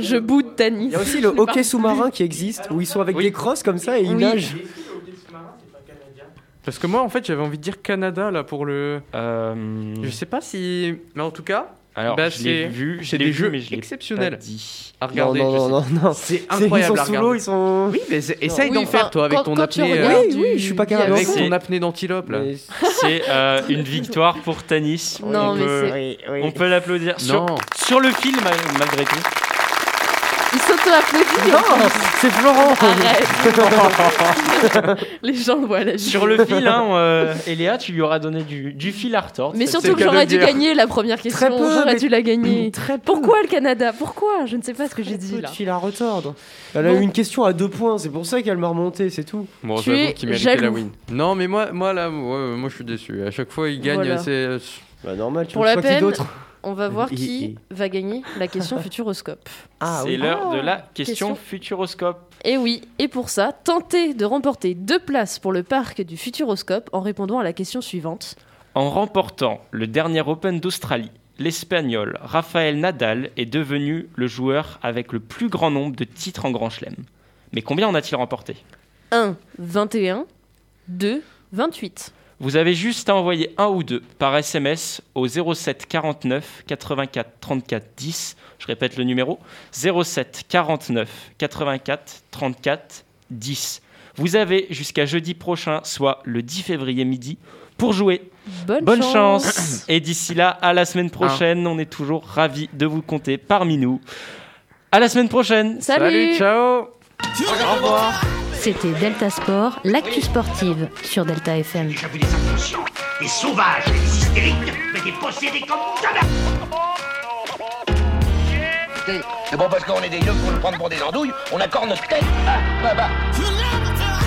Speaker 10: Je bout de Tanis.
Speaker 8: Il y a aussi le hockey sous-marin qui existe, où ils sont avec des crosses comme ça et ils
Speaker 10: Oui.
Speaker 8: nagent.
Speaker 9: Parce que moi, en fait, j'avais envie de dire Canada là pour le. Je sais pas si. Mais en tout cas.
Speaker 4: Euh, Alors,
Speaker 9: bah,
Speaker 4: je l'ai
Speaker 9: c'est-
Speaker 4: vu, je
Speaker 9: c'est
Speaker 4: l'ai
Speaker 9: des
Speaker 4: vu,
Speaker 9: jeux
Speaker 4: mais je l'ai
Speaker 9: exceptionnels.
Speaker 4: pas dit.
Speaker 9: À regarder.
Speaker 8: Non, non,
Speaker 9: je
Speaker 8: non,
Speaker 9: sais.
Speaker 8: non, non.
Speaker 9: C'est
Speaker 8: C'est-
Speaker 9: incroyable.
Speaker 8: Ils
Speaker 9: à
Speaker 8: sont sous l'eau,
Speaker 9: regarder.
Speaker 8: ils sont.
Speaker 9: Oui, mais c'est- essaye
Speaker 8: Oui,
Speaker 9: d'en
Speaker 8: enfin,
Speaker 9: faire toi avec
Speaker 8: quand-
Speaker 9: ton
Speaker 8: quand tu
Speaker 9: apnée. euh,
Speaker 8: regardes euh, Oui, oui, du- je suis pas capable.
Speaker 9: Avec
Speaker 8: C'est-
Speaker 9: ton apnée d'antilope là.
Speaker 4: C'est euh, une victoire pour Tanis.
Speaker 10: Non,
Speaker 4: on
Speaker 10: mais
Speaker 4: peut,
Speaker 10: c'est-
Speaker 4: on peut l'applaudir. Sur,
Speaker 9: Non.
Speaker 4: sur le film, mal- malgré tout.
Speaker 10: Ils s'auto-applaudissent.
Speaker 8: Non, c'est Florent.
Speaker 10: Arrête. Les gens le voient là.
Speaker 4: Sur le fil, hein, on, euh, Eléa, tu lui auras donné du, du fil à retordre.
Speaker 10: Mais
Speaker 4: C'est-
Speaker 10: surtout
Speaker 4: c'est
Speaker 10: que
Speaker 4: le cas de
Speaker 10: j'aurais
Speaker 4: le
Speaker 10: dû
Speaker 4: dire.
Speaker 10: gagner la première question.
Speaker 8: peu,
Speaker 10: J'aurais
Speaker 8: mais-
Speaker 10: dû la gagner.
Speaker 8: Très peu.
Speaker 10: Pourquoi le Canada Pourquoi Je ne sais pas ce que j'ai dit là.
Speaker 8: Tu la retordre. Elle a
Speaker 10: Bon.
Speaker 8: eu une question à deux points, c'est pour ça qu'elle m'a remonté, c'est tout.
Speaker 9: Bon,
Speaker 10: Tu
Speaker 9: j'avoue
Speaker 10: es
Speaker 9: qu'il méritait la
Speaker 10: jaloux.
Speaker 9: win. Non, mais moi, moi là, ouais, moi je suis déçu. À chaque fois, il gagne.
Speaker 10: Voilà.
Speaker 9: C'est.
Speaker 8: Bah normal.
Speaker 10: Pour la peine,
Speaker 9: d'autres
Speaker 10: on va voir
Speaker 9: Et-
Speaker 10: qui va gagner la question Futuroscope.
Speaker 4: C'est l'heure de la question,
Speaker 10: Ah, Question.
Speaker 4: Futuroscope.
Speaker 10: Et oui, et pour ça, tentez de remporter deux places pour le parc du Futuroscope en répondant à la question suivante.
Speaker 4: En remportant le dernier Open d'Australie, l'Espagnol Rafael Nadal est devenu le joueur avec le plus grand nombre de titres en Grand Chelem. Mais combien en a-t-il remporté
Speaker 10: 1, 21, 2, 28.
Speaker 4: Vous avez juste à envoyer un ou deux par SMS au 07 49 84 34 10. Je répète le numéro 07 49 84 34 10. Vous avez jusqu'à jeudi prochain, soit le 10 février midi, pour jouer.
Speaker 10: Bonne,
Speaker 4: chance.
Speaker 10: chance.
Speaker 4: Et d'ici là, à la semaine prochaine. On est toujours ravis de vous compter parmi nous. À la semaine prochaine.
Speaker 10: Salut. Salut,
Speaker 4: ciao.
Speaker 10: Au revoir.
Speaker 3: C'était Delta Sport, l'actu sportive sur Delta FM.
Speaker 6: Inconscients, des sauvages, des hystériques, mais des possédés comme jamais
Speaker 7: Écoutez, C'est bon parce qu'on est des yeux pour nous prendre pour des andouilles, on accorde notre tête Ah, bah, bah.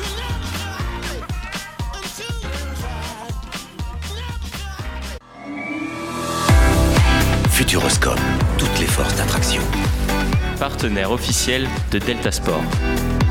Speaker 1: Futuroscope, toutes les forces d'attraction.
Speaker 4: Partenaire officiel de Delta Sport.